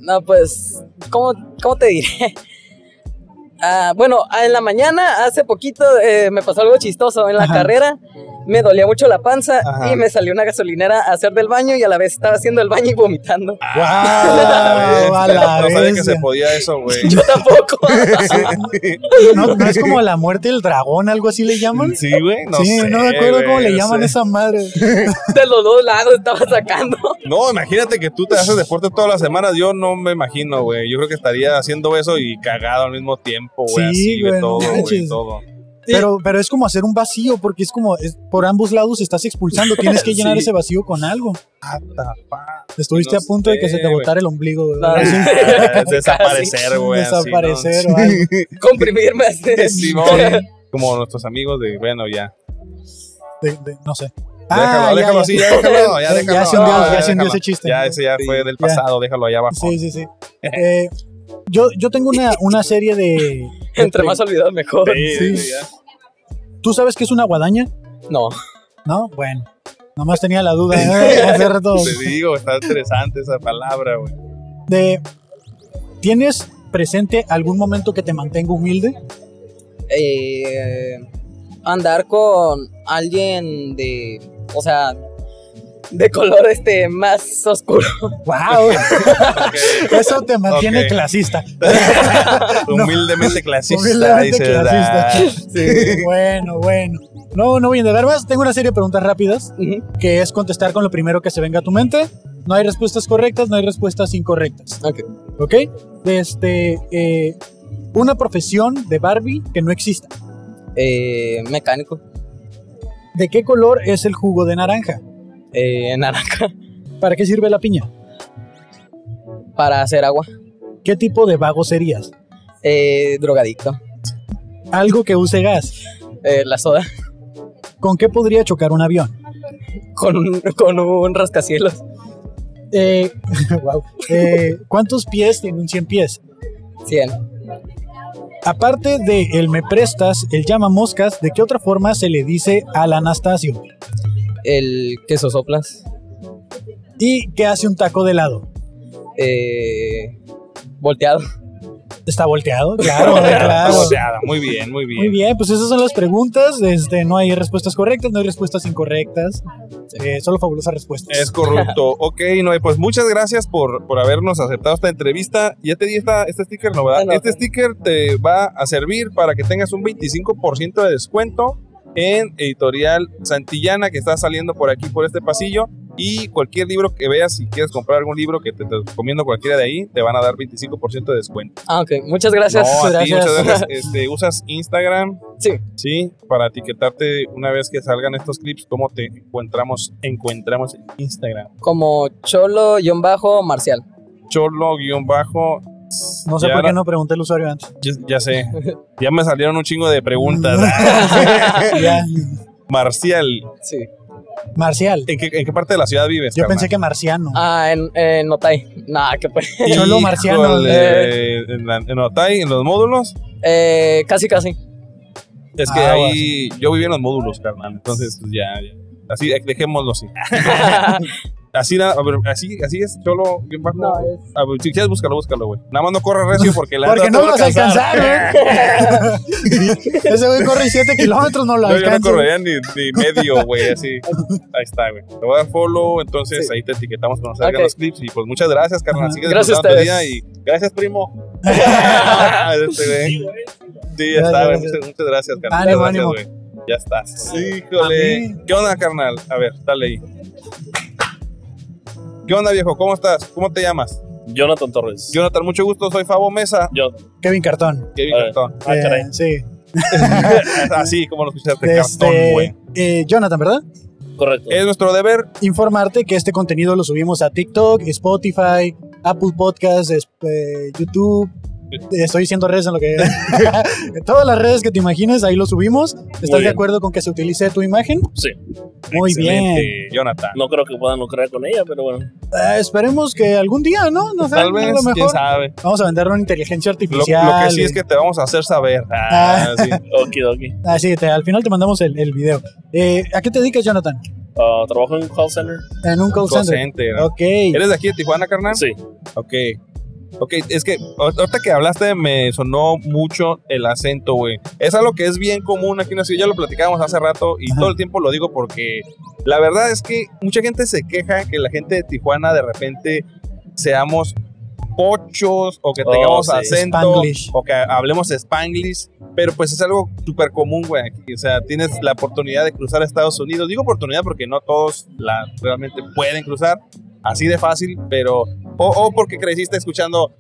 S6: No, pues, ¿cómo, cómo te diré? Ah, bueno, ah, en la mañana, hace poquito, eh, me pasó algo chistoso en la
S3: Ajá.
S6: carrera. Me dolía mucho la panza
S2: Ajá.
S6: y me salió una gasolinera a hacer del baño y a la vez estaba haciendo el baño y vomitando.
S3: ¡Guau!
S2: A
S3: Ah, A
S2: la
S3: la
S2: Ah, no sabía que
S3: bestia.
S2: se podía eso, güey.
S6: Yo tampoco.
S3: ¿No, no es como la muerte del dragón, algo así le llaman?
S2: Sí, güey, no
S3: sí,
S2: sé,
S3: no me acuerdo
S2: güey,
S3: cómo le
S2: no
S3: llaman
S2: sé.
S3: a esa madre.
S6: De los dos lados estaba sacando.
S2: No, imagínate que tú te haces deporte todas las semanas. Yo no me imagino, güey. Yo creo que estaría haciendo eso y cagado al mismo tiempo, güey.
S3: Sí,
S2: así,
S3: güey,
S2: güey,
S3: no
S2: todo, güey,
S3: manches.
S2: todo.
S6: Sí.
S3: Pero, pero es como hacer un vacío, porque es como es- por ambos lados estás expulsando. Tienes que llenar ese vacío con algo. Estuviste
S2: No
S3: a punto de que se te
S2: sé,
S3: botara el ombligo. güey.
S6: No,
S3: Así,
S2: Ah, Desaparecer, güey. así, ¿no?
S3: desaparecer o algo.
S6: Comprimirme así.
S2: Simón. Como nuestros amigos de, bueno, ya.
S3: De- de- no sé.
S2: Déjalo,
S3: Ah, ya,
S2: déjalo
S3: ya.
S2: así, ya déjalo, ya
S3: Ya
S2: déjalo.
S3: se hundió,
S2: Ah,
S3: ya se hundió
S2: déjalo.
S3: ese chiste.
S2: Ya, ese ya fue del
S3: Ya.
S2: pasado, déjalo allá abajo.
S3: Sí, sí, sí. Eh, yo, yo tengo una, una serie de. de
S6: Entre más olvidado, mejor.
S2: Este, Sí,
S3: Sí.
S2: ya.
S3: ¿Tú sabes qué es una guadaña?
S6: No.
S3: ¿No? Bueno. Nomás tenía la duda. ¿eh? Hace rato.
S2: Te digo, está interesante esa palabra, güey.
S3: De, ¿Tienes presente algún momento que te mantenga humilde?
S6: eh, andar con alguien de, o sea, de color este más oscuro.
S3: ¡Wow! Eso te mantiene
S2: Ok.
S3: clasista.
S2: Humildemente clasista.
S3: Humildemente
S2: dices,
S3: clasista.
S2: ah,
S3: Sí, bueno, bueno. No, no voy a indagar más. Tengo una serie de preguntas rápidas
S6: Ujú.
S3: que es contestar con lo primero que se venga a tu mente. No hay respuestas correctas, no hay respuestas incorrectas.
S6: Ok.
S3: ¿Ok? Este, eh, una profesión de Barbie que no exista.
S6: Eh, mecánico.
S3: ¿De qué color es el jugo de naranja?
S6: Eh, naranja.
S3: ¿Para qué sirve la piña?
S6: Para hacer agua.
S3: ¿Qué tipo de vago serías?
S6: Eh, drogadicto.
S3: Algo que use gas.
S6: Eh, la soda.
S3: ¿Con qué podría chocar un avión?
S6: Con un, con un rascacielos.
S3: Eh, wow. Eh, ¿Cuántos pies tiene un 100 pies?
S6: 100.
S3: Aparte de el me prestas, el llama moscas, ¿de qué otra forma se le dice al Anastasio?
S6: El queso soplas.
S3: ¿Y qué hace un taco de helado?
S6: Eh, volteado.
S3: ¿Está volteado? Claro, claro.
S2: Boceada, muy bien, muy bien.
S3: Muy bien, pues esas son las preguntas. Este, no hay respuestas correctas, no hay respuestas incorrectas. Eh, solo fabulosas respuestas.
S2: Es corrupto. ok, Noé, pues muchas gracias por, por habernos aceptado esta entrevista. Ya te di esta, este sticker, ¿no? ¿verdad?
S6: Ah, no.
S2: Este sticker te va a servir para que tengas un 25% de descuento en Editorial Santillana, que está saliendo por aquí, por este pasillo. Y cualquier libro que veas, si quieres comprar algún libro que te, te recomiendo cualquiera de ahí, te van a dar 25% de descuento.
S6: Ah, ok. Muchas gracias.
S2: no, a ti,
S3: gracias.
S2: muchas gracias. Este, ¿Usas Instagram?
S6: Sí.
S2: Sí, para etiquetarte una vez que salgan estos clips, ¿cómo te encontramos, encontramos en Instagram?
S6: Como cholo-marcial.
S2: Cholo-Marcial.
S3: No sé
S2: Ya
S3: por qué
S2: la-
S3: no pregunté al usuario antes.
S2: Ya, ya sé. Ya me salieron un chingo de preguntas.
S3: Ya.
S2: Marcial,
S6: Sí.
S3: Marcial.
S2: ¿en qué, en qué parte de la ciudad vives?
S3: Yo
S2: carnal?
S3: pensé que marciano.
S6: Ah, en, en Notay. Nah, que pues.
S3: Cholo
S2: Híjole,
S3: marciano.
S2: en, la- en Otay, en los módulos.
S6: Eh, casi, casi.
S2: Es que
S3: Ah,
S2: ahí yo vivía en los módulos, carnal. Entonces, pues ya, ya. Así, eh, dejémoslo así. Así, nada, a ver, así, así es, Cholo, bien bajo.
S6: No, es-
S2: A ver, si quieres, búscalo, búscalo, güey. Nada más no corre recio porque la
S3: Porque no
S2: neta te va
S3: lo vas a alcanzar, güey. Ese güey corre 7 kilómetros, no lo
S2: No, ¿eh? yo no
S3: alcanza.
S2: correría ni, ni medio, güey, así. Ahí está, güey. Te voy a dar follow, entonces ahí te etiquetamos para nos salgan
S6: Ok.
S2: los clips. Y pues muchas gracias, carnal.
S3: Ajá.
S2: Sigue
S6: Gracias a
S2: disfrutando tu día
S6: ustedes.
S2: y gracias, primo. este, güey. Sí, ya está,
S3: Gracias,
S2: güey. Muchas, muchas gracias, carnal.
S3: Ánimo,
S2: Muchas
S3: ánimo.
S2: gracias, güey. Ya está. Híjole.
S3: Amén.
S2: ¿Qué onda, carnal? A ver, dale ahí. ¿Qué onda, viejo? ¿Cómo estás? ¿Cómo te llamas?
S4: Jonathan Torres.
S2: Jonathan, mucho gusto. Soy Fabo Mesa.
S4: Yo.
S3: Kevin Cartón.
S2: Kevin
S4: A ver.
S2: Cartón.
S4: Ah,
S3: Eh,
S4: caray.
S3: sí.
S2: Así como lo escuchaste, Cartón, güey.
S3: Este, eh, Jonathan, ¿verdad?
S4: Correcto.
S2: Es nuestro deber
S3: Informarte que este contenido lo subimos a TikTok, Spotify, Apple Podcasts, es- eh, YouTube. Estoy diciendo redes en lo que. en todas las redes que te imagines, ahí lo subimos. ¿Estás de
S4: bien.
S3: acuerdo con que se utilice tu imagen?
S4: Sí.
S3: Muy
S2: Excelente,
S3: bien.
S2: Jonathan.
S4: No creo que puedan lucrar con ella, pero bueno.
S3: Eh, esperemos que algún día, ¿no? No sé,
S2: Tal
S3: a
S2: vez,
S3: lo
S2: quién
S3: mejor.
S2: sabe.
S3: Vamos a vender una inteligencia
S2: Lo,
S3: artificial.
S2: lo que sí es que te vamos a hacer saber. Ah, sí.
S4: Okidoki.
S3: Ah, sí, te- al final te mandamos el, el video. Eh, ¿A qué te dedicas, Jonathan?
S4: Ah, Trabajo en un call center.
S3: En un call
S2: Call
S3: center.
S2: center.
S3: Ok.
S2: ¿Eres de aquí de Tijuana,
S3: Ah.
S2: carnal?
S4: Sí.
S2: Ok. Ok, es que ahor- ahorita que hablaste me sonó mucho el acento, güey. Es algo que es bien común aquí en la ciudad, ya lo platicábamos hace rato y
S3: Ajá.
S2: todo el tiempo lo digo porque la verdad es que mucha gente se queja que la gente de Tijuana de repente seamos pochos o que
S4: Oh,
S2: tengamos
S4: sí.
S2: acento
S3: Spanglish.
S2: o que hablemos spanglish, pero pues es algo súper común, güey. aquí. O sea, tienes la oportunidad de cruzar a Estados Unidos. Digo oportunidad porque no todos la realmente pueden cruzar así de fácil, pero o, o porque creciste escuchando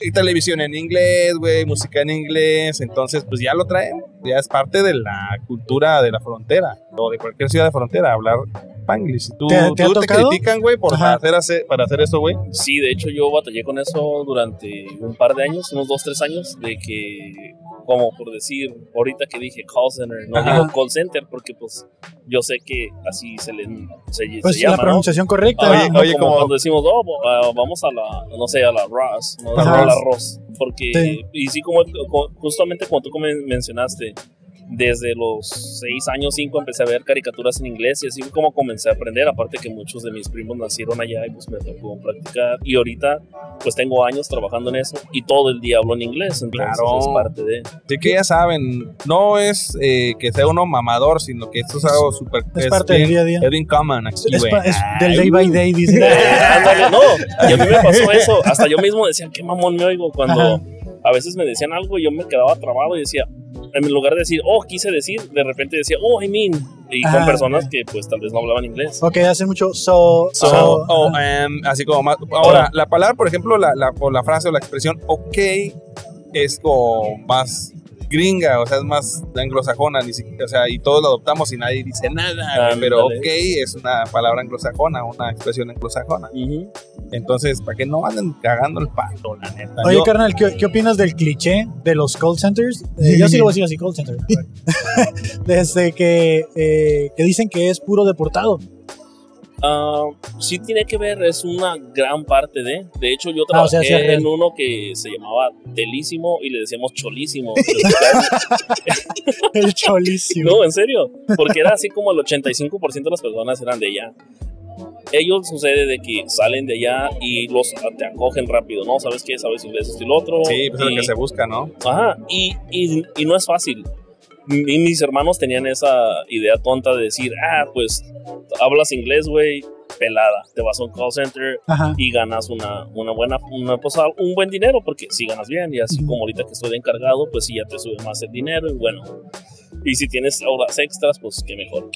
S2: y televisión en inglés, güey, música en inglés, entonces pues ya lo traen, ya es parte de la cultura de la frontera o de cualquier ciudad de frontera hablar panglish. ¿Tú
S3: ¿Te-
S2: te,
S3: te ha
S2: tú te
S3: tocado?
S2: critican, güey, por
S3: Ajá.
S2: hacer, hace- para hacer eso, güey?
S4: Sí, de hecho yo batallé con eso durante un par de años, unos dos, tres años, de que, como por decir, ahorita que dije call center, no
S2: Ajá.
S4: digo call center, porque pues yo sé que así se le se, se
S3: Pues la
S4: llama, ¿no?
S3: pronunciación correcta.
S4: Ah,
S2: Oye,
S4: no,
S2: oye,
S4: como,
S2: como-
S4: cuando decimos, oh, bo- ah, vamos a la, no sé, a la Ross, ¿no?
S3: Ajá.
S4: a la Ross, porque,
S3: Sí.
S4: y sí, como, co- justamente como tú como mencionaste, desde los 6 años, 5 empecé a ver caricaturas en inglés y así fue como comencé a aprender, aparte que muchos de mis primos nacieron allá y pues me tocó practicar y ahorita pues tengo años trabajando en eso y todo el día hablo en inglés, entonces
S2: Claro.
S4: es parte de...
S2: Así que ya saben, no es eh, que sea uno mamador, sino que esto es algo súper...
S3: es, parte del
S2: bien-
S3: día a día.
S2: Es bien common aquí,
S3: Es,
S2: güey.
S3: pa- es del
S2: Ay,
S3: day by day, dice.
S4: Ándale, no, y a mí me pasó eso. Hasta yo mismo decía, qué mamón me oigo. Cuando
S3: Ajá.
S4: a veces me decían algo y yo me quedaba trabado y decía, en lugar de decir, oh, quise decir, de repente decía, oh, I mean. Y
S3: Ajá,
S4: con personas
S3: ok.
S4: que pues tal vez no hablaban inglés.
S3: ok, hace mucho so.
S2: So,
S3: so-
S2: oh,
S3: ah,
S2: em, así como más. Ahora, la palabra, por ejemplo, la, la- o la frase o la expresión ok es como más gringa, o sea, es más anglosajona, ni siquiera- o sea, y todos la adoptamos y nadie dice nada,
S4: Ándale.
S2: pero ok es una palabra anglosajona, una expresión anglosajona.
S4: Ujú.
S2: Entonces, para que no anden cagando el pato, la neta.
S3: Oye,
S2: Yo-
S3: carnal, ¿qué, qué opinas del cliché de los call centers? Eh, yo sí lo voy a decir así, call center. Desde que, eh, que dicen que es puro deportado.
S4: Ah, sí tiene que ver, es una gran parte de. De hecho, yo
S3: Ah, o sea,
S4: trabajé
S3: sí es real.
S4: en uno que se llamaba Telísimo y le decíamos Cholísimo.
S3: El cholísimo.
S4: No, en serio, porque era así como el 85% de las personas eran de allá. Ellos sucede de que salen de allá y los te acogen rápido, ¿no? ¿Sabes qué? ¿Sabes inglés? Esto y lo otro.
S2: sí, pues es
S4: Y-
S2: lo que se busca, ¿no?
S4: Ajá, y, y- y no es fácil. Y mis hermanos tenían esa idea tonta de decir, ah, pues hablas inglés, güey, pelada, te vas a un call center
S3: Ajá.
S4: y ganas una, una buena, una, pues, un buen dinero, porque si ganas bien, y así
S3: Ujú.
S4: como ahorita que estoy de encargado, pues sí, ya te sube más el dinero, y bueno, y si tienes horas extras, pues qué mejor.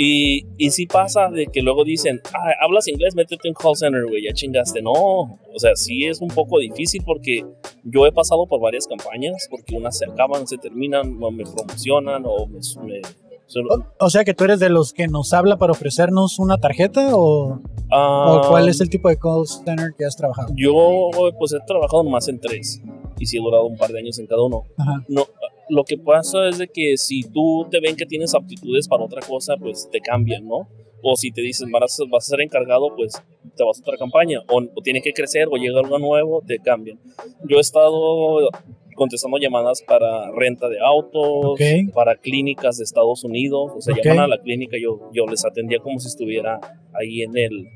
S4: Y, y sí pasa de que luego dicen, "Ah, hablas inglés, métete en call center, güey, ya chingaste. No, o sea, sí es un poco difícil porque yo he pasado por varias campañas, porque unas se acaban, se terminan, o me promocionan o me... me-
S3: O, o sea que tú eres de los que nos habla para ofrecernos una tarjeta o
S4: Ah,
S3: ¿O cuál es el tipo de call center que has trabajado?
S4: Yo pues he trabajado más en tres y sí he durado un par de años en cada uno.
S3: Ajá.
S4: No, lo que pasa es de que si tú te ven que tienes aptitudes para otra cosa, pues te cambian, ¿no? O si te dicen vas a, vas a ser encargado, pues te vas a otra campaña. O, o tienes que crecer o llega algo nuevo, te cambian. Yo he estado contestando llamadas para renta de autos,
S3: Ok.
S4: para clínicas de Estados Unidos. O sea,
S3: Ok.
S4: llaman a la clínica, yo, yo les atendía como si estuviera ahí en, el,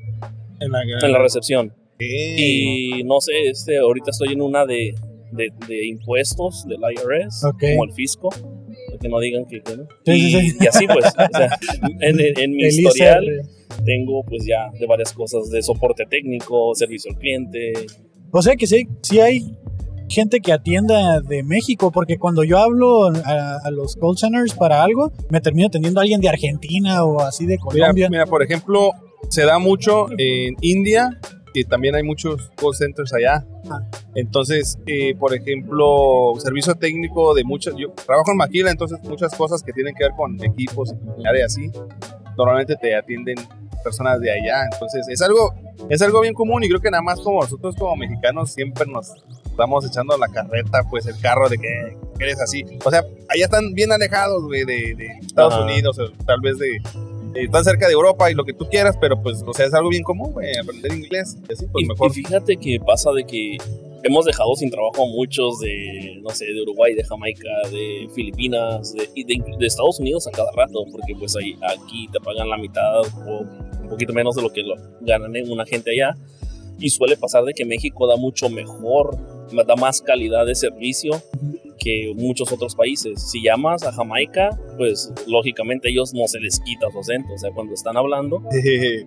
S2: En la,
S4: en la recepción.
S2: Sí.
S4: Y no sé, este, ahorita estoy en una de, de, de impuestos del IRS,
S3: Ok.
S4: como el fisco, para que no digan que... que no.
S3: Sí, sí,
S4: y,
S3: sí.
S4: y así pues, o sea, en, en- en mi
S3: El
S4: historial
S3: ICR.
S4: tengo pues ya de varias cosas, de soporte técnico, servicio al cliente.
S3: O sea que sí, sí hay gente que atienda de México, porque cuando yo hablo a, a los call centers para algo, me termina atendiendo alguien de Argentina o así de
S2: Mira,
S3: Colombia.
S2: mira, por ejemplo, se da mucho en India, que también hay muchos call centers allá.
S3: Ah.
S2: Entonces, eh, por ejemplo, servicio técnico de muchas. Yo trabajo en Maquila, entonces muchas cosas que tienen que ver con equipos y área así, normalmente te atienden personas de allá. Entonces, es algo, es algo bien común y creo que nada más como nosotros como mexicanos siempre nos estamos echando la carreta, pues el carro de que eres así. O sea, allá están bien alejados, güey, de, de Estados
S4: Ajá.
S2: Unidos, o tal vez de eh, tan cerca de Europa y lo que tú quieras, pero pues, o sea, es algo bien común, güey, aprender inglés. Y así, pues
S4: Y-
S2: mejor.
S4: y fíjate que pasa de que hemos dejado sin trabajo a muchos de, no sé, de Uruguay, de Jamaica, de Filipinas, de, y de, de Estados Unidos a cada rato, porque pues ahí, aquí te pagan la mitad o un poquito menos de lo que lo ganan en una gente allá. Y suele pasar de que México da mucho mejor, da más calidad de servicio que muchos otros países. Si llamas a Jamaica, pues lógicamente a ellos no se les quita su acento. O sea, cuando están hablando,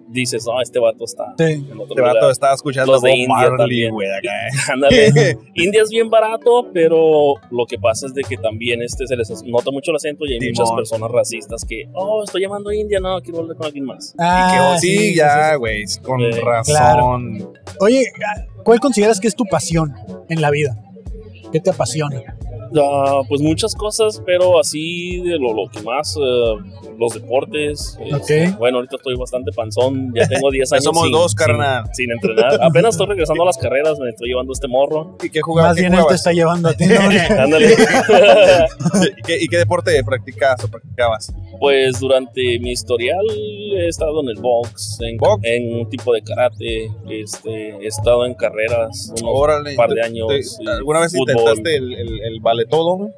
S4: dices, no, este vato está
S3: Sí.
S4: en otro
S2: Este
S4: lugar".
S2: vato estaba escuchando
S4: Pues, Los de
S2: Bob
S4: India
S2: Marley,
S4: también.
S2: güey, acá, eh.
S4: Ándale. India es bien barato, pero lo que pasa es de que también este se les nota mucho el acento y hay muchas
S2: Simón.
S4: personas racistas que, oh, estoy llamando a India, no, quiero hablar con alguien más.
S3: Ah,
S2: Que, oh, sí,
S3: sí, sí, sí,
S2: ya, güey, con
S4: Eh,
S2: razón.
S3: sí. Oye, ¿cuál consideras que es tu pasión en la vida? ¿Qué te apasiona?
S4: Ah, pues muchas cosas, pero así de lo, lo que más, eh, los deportes. este,
S3: Ok.
S4: bueno, ahorita estoy bastante panzón, ya tengo 10
S2: Ya
S4: años.
S2: somos
S4: sin-
S2: dos,
S4: sin-
S2: carnal.
S4: Sin, entrenar. Apenas estoy regresando a las carreras, me estoy llevando este morro.
S2: ¿Y qué jugabas?
S3: Más
S2: ¿Qué
S3: bien él te
S2: jugabas?
S3: está llevando a ti. ¿no?
S4: Ándale.
S2: ¿Y qué, y qué deporte practicabas o practicabas?
S4: Pues durante mi historial he estado en el box, en,
S2: Box.
S4: en un tipo de karate, este, he estado en carreras unos
S2: Órale.
S4: par de
S2: ¿Te-
S4: años.
S2: te-
S4: y
S2: ¿Alguna vez
S4: fútbol.
S2: intentaste el, el, el vale todo? güey?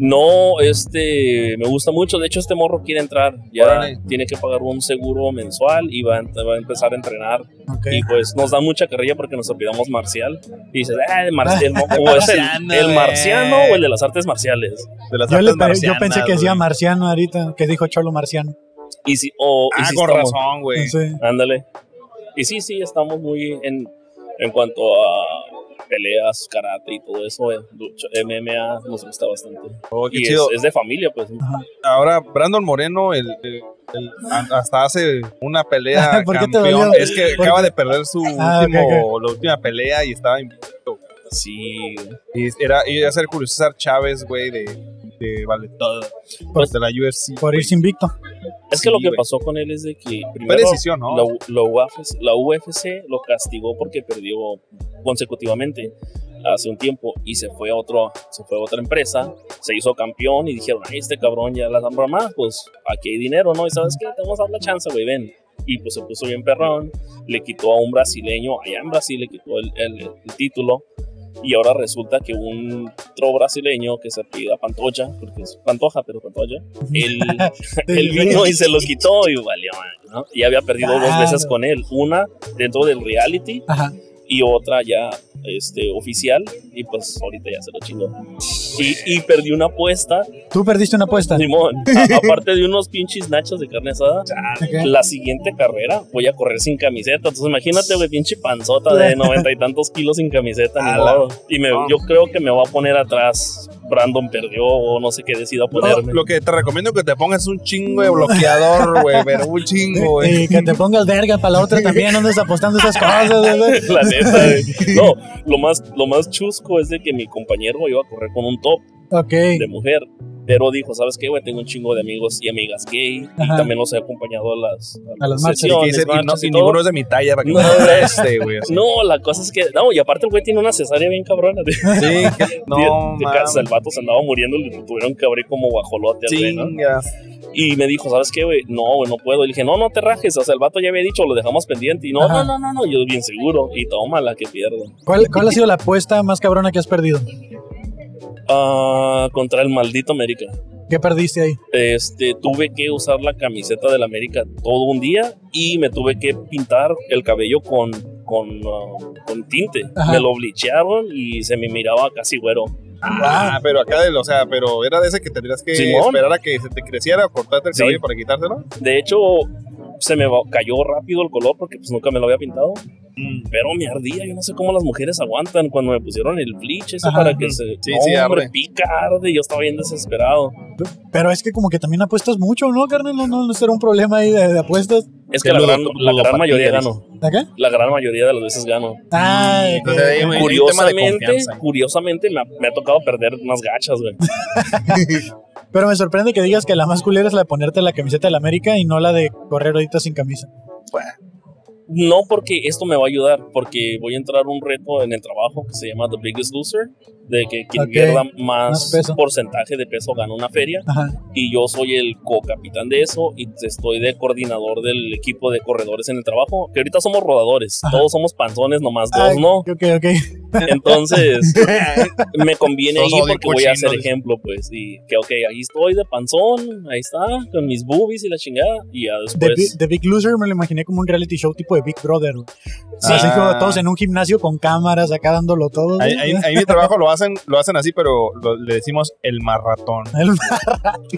S4: No, este, me gusta mucho. De hecho, este morro quiere entrar. Ya
S2: Órale.
S4: tiene que pagar un seguro mensual y va a, ent- va a empezar a entrenar.
S3: Ok.
S4: Y pues nos da mucha carrilla porque nos olvidamos marcial. Y dices, ah, el, mar- el mo- o es el-
S2: Marciano,
S4: el
S2: güey.
S4: marciano o el de las artes marciales.
S2: De las
S3: Yo, le
S2: artes
S3: pe- yo
S2: marcianas,
S3: pensé que decía
S2: güey.
S3: marciano ahorita, que dijo cholo marciano.
S4: Y si, o, y
S2: Ah,
S4: si
S2: con
S4: estamos-
S2: razón, güey.
S3: No sé.
S4: Ándale. Y sí, sí, estamos muy en, en cuanto a peleas, karate y todo eso, eh, lucha- MMA nos gusta bastante.
S2: Oh, qué
S4: y es-
S2: chido.
S4: Es, de familia, pues.
S2: Ahora, Brandon Moreno, el, el- el- a- hasta hace una pelea
S3: ¿Por qué te
S2: campeón.
S3: dolió?
S2: Es que
S3: ¿Por
S2: acaba de perder su
S3: Ah, ok,
S2: último, la última pelea y estaba invicto.
S4: Sí.
S2: Y era iba a ser Julio César Chávez, güey, de, de vale todo.
S4: Pues-
S2: de la UFC.
S3: Por
S2: güey.
S3: irse invicto.
S4: Es
S2: Sí,
S4: que lo que
S2: güey.
S4: pasó con él es de que
S2: Fue
S4: primero
S2: decisión, ¿no?
S4: la, U- la UFC, la UFC lo castigó porque perdió consecutivamente hace un tiempo y se fue a otro, se fue a otra empresa, se hizo campeón y dijeron, "Ay, este cabrón ya la zambra más, pues aquí hay dinero, ¿no? Y sabes qué, te vamos a dar la chance, güey, ven. Y pues se puso bien perrón, le quitó a un brasileño, allá en Brasil le quitó el, el- el título. Y ahora resulta que un otro brasileño que se apellida Pantoja, porque es Pantoja, pero Pantoja, él, él vino y se lo quitó y valió, ¿no? Y había perdido dos
S3: Claro.
S4: veces con él. Una dentro del reality
S3: Ajá.
S4: y otra ya este, oficial. Y pues ahorita ya se lo chingó. Y, y perdí una apuesta,
S3: Tú perdiste una apuesta.
S4: Simón. A- aparte de unos pinches nachos de carne asada,
S3: Ok.
S4: la siguiente carrera voy a correr sin camiseta. Entonces imagínate, güey, pinche panzota de noventa y tantos kilos sin camiseta. ni
S2: Ala.
S4: modo. Y me, yo creo que me va a poner atrás. Brandon perdió o no sé qué decida ponerme.
S2: No, lo que te recomiendo que te pongas un chingo de bloqueador, güey, pero un chingo, güey.
S3: Y que te pongas verga para la otra también, no andes apostando esas cosas. güey.
S4: La neta, güey. No, lo más, lo más chusco es de que mi compañero iba a correr con un top
S3: Ok.
S4: de mujer. Pero dijo, ¿sabes qué, güey? Tengo un chingo de amigos y amigas gay.
S3: Ajá.
S4: Y también los he acompañado a las,
S3: A las marchas.
S2: Y, que dice,
S4: sesiones,
S2: y no-
S4: marchas
S2: y
S4: todo.
S2: ninguno es de mi talla para que
S4: No.
S2: no este, güey. así.
S4: No, la cosa es que. No, y aparte el güey tiene una cesárea bien cabrona. De,
S2: Sí, que-
S4: de-
S2: no,
S4: de
S2: mames.
S4: casa. El vato se andaba muriendo y le tuvieron que abrir como guajolote al güey, ¿no?
S2: Chinga.
S4: Y me dijo, ¿sabes qué, güey? No, güey, no puedo. Y le dije, no, no te rajes. O sea, el vato ya había dicho, lo dejamos pendiente. Y no,
S3: Ajá.
S4: no, no, no, no. Yo bien seguro. Y tómala, que pierdo.
S3: ¿Cuál, ¿Cuál ha sido la apuesta más cabrona que has perdido?
S4: Ah, contra el maldito América.
S3: ¿Qué perdiste ahí?
S4: Este, tuve que usar la camiseta del América todo un día y me tuve que pintar el cabello con, con, ah, con tinte.
S3: Ajá.
S4: Me lo bleachearon y se me miraba casi güero.
S2: Ah, pero acá, del- o sea, pero era de ese que tendrías que
S4: Simón.
S2: esperar a que se te creciera o cortarte el
S4: Sí.
S2: cabello para quitártelo.
S4: De hecho, se me va- cayó rápido el color porque pues nunca me lo había pintado. Pero me ardía, yo no sé cómo las mujeres aguantan cuando me pusieron el bleach ese
S3: Ajá.
S4: para que se...
S2: Sí,
S4: no,
S2: sí,
S4: hombre,
S2: arde.
S4: pica, arde, yo estaba bien desesperado.
S3: Pero es que como que también apuestas mucho, ¿no, carnal? No, no, no será un problema ahí de, de apuestas.
S4: Es que
S2: Qué
S4: la gran,
S2: ludo-
S4: la gran
S2: ludopatía,
S4: mayoría
S2: dices.
S4: gano,
S3: ¿Acá?
S4: la gran mayoría de las veces gano.
S3: Ah, ok.
S2: Entonces, ahí, güey, hay un tema de
S4: Curiosamente,
S2: confianza.
S4: curiosamente me ha, me ha tocado perder más gachas, güey.
S3: pero me sorprende que digas que la más culera es la de ponerte la camiseta del América y no la de correr ahorita sin camisa.
S4: No porque esto me va a ayudar, porque voy a entrar a un reto en el trabajo que se llama The Biggest Loser, de que quien
S3: Ok,
S4: pierda
S3: más
S4: más,
S3: peso.
S4: porcentaje de peso gana una feria.
S3: Ajá.
S4: y yo soy el co-capitán de eso y estoy de coordinador del equipo de corredores en el trabajo, que ahorita somos rodadores,
S3: Ajá.
S4: todos somos panzones, nomás dos
S3: Ah,
S4: no.
S3: Ok, ok.
S4: Entonces me conviene
S2: Todos
S4: ahí
S2: son de
S4: porque voy a hacer
S2: cochinos.
S4: ejemplo, pues, y que, ok, ahí estoy de panzón, ahí está, con mis boobies y la chingada, y ya
S2: Pues-
S3: The, Bi-
S4: después...
S3: The Big Loser me lo imaginé como un reality show tipo de Big Brother. güey.
S2: Sí.
S3: Así como
S2: Ah.
S3: todos en un gimnasio con cámaras, acá dándolo todo. güey.
S2: Ahí, ahí- ahí en mi trabajo lo hacen, lo hacen así, pero lo- le decimos el marratón.
S3: El-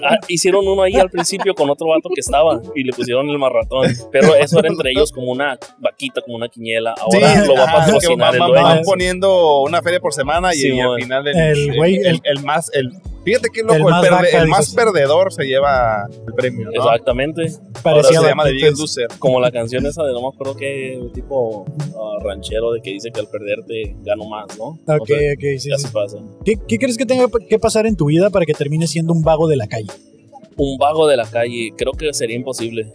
S4: Ah, hicieron uno ahí al principio con otro vato que estaba y le pusieron el marratón, pero eso era entre ellos como una vaquita, como una quiniela, ahora
S2: Sí,
S4: lo va a
S2: ajá,
S4: patrocinar
S2: que
S4: el
S2: van-
S4: dueño.
S2: van poniendo una feria por semana y,
S4: Sí,
S2: y al
S4: mon.
S2: final el,
S3: El güey,
S2: el-
S3: el-
S2: el más, el, fíjate qué loco,
S3: el
S2: el,
S3: más
S2: perde-
S3: vaca,
S2: el más
S3: dices.
S2: perdedor se lleva el premio, ¿no?
S4: Exactamente.
S2: Ahora
S3: parecía
S2: se llama The Biggest
S3: Batites.
S2: Loser.
S4: Como la canción esa de no me acuerdo qué tipo ah, ranchero de que dice que al perderte gano más, ¿no? O
S3: Ok,
S4: sea,
S3: ok, sí,
S4: ya
S3: sí.
S4: se pasa.
S3: ¿Qué, qué crees que tenga que pasar en tu vida para que termines siendo un vago de la calle?
S4: Un vago de la calle, creo que sería imposible.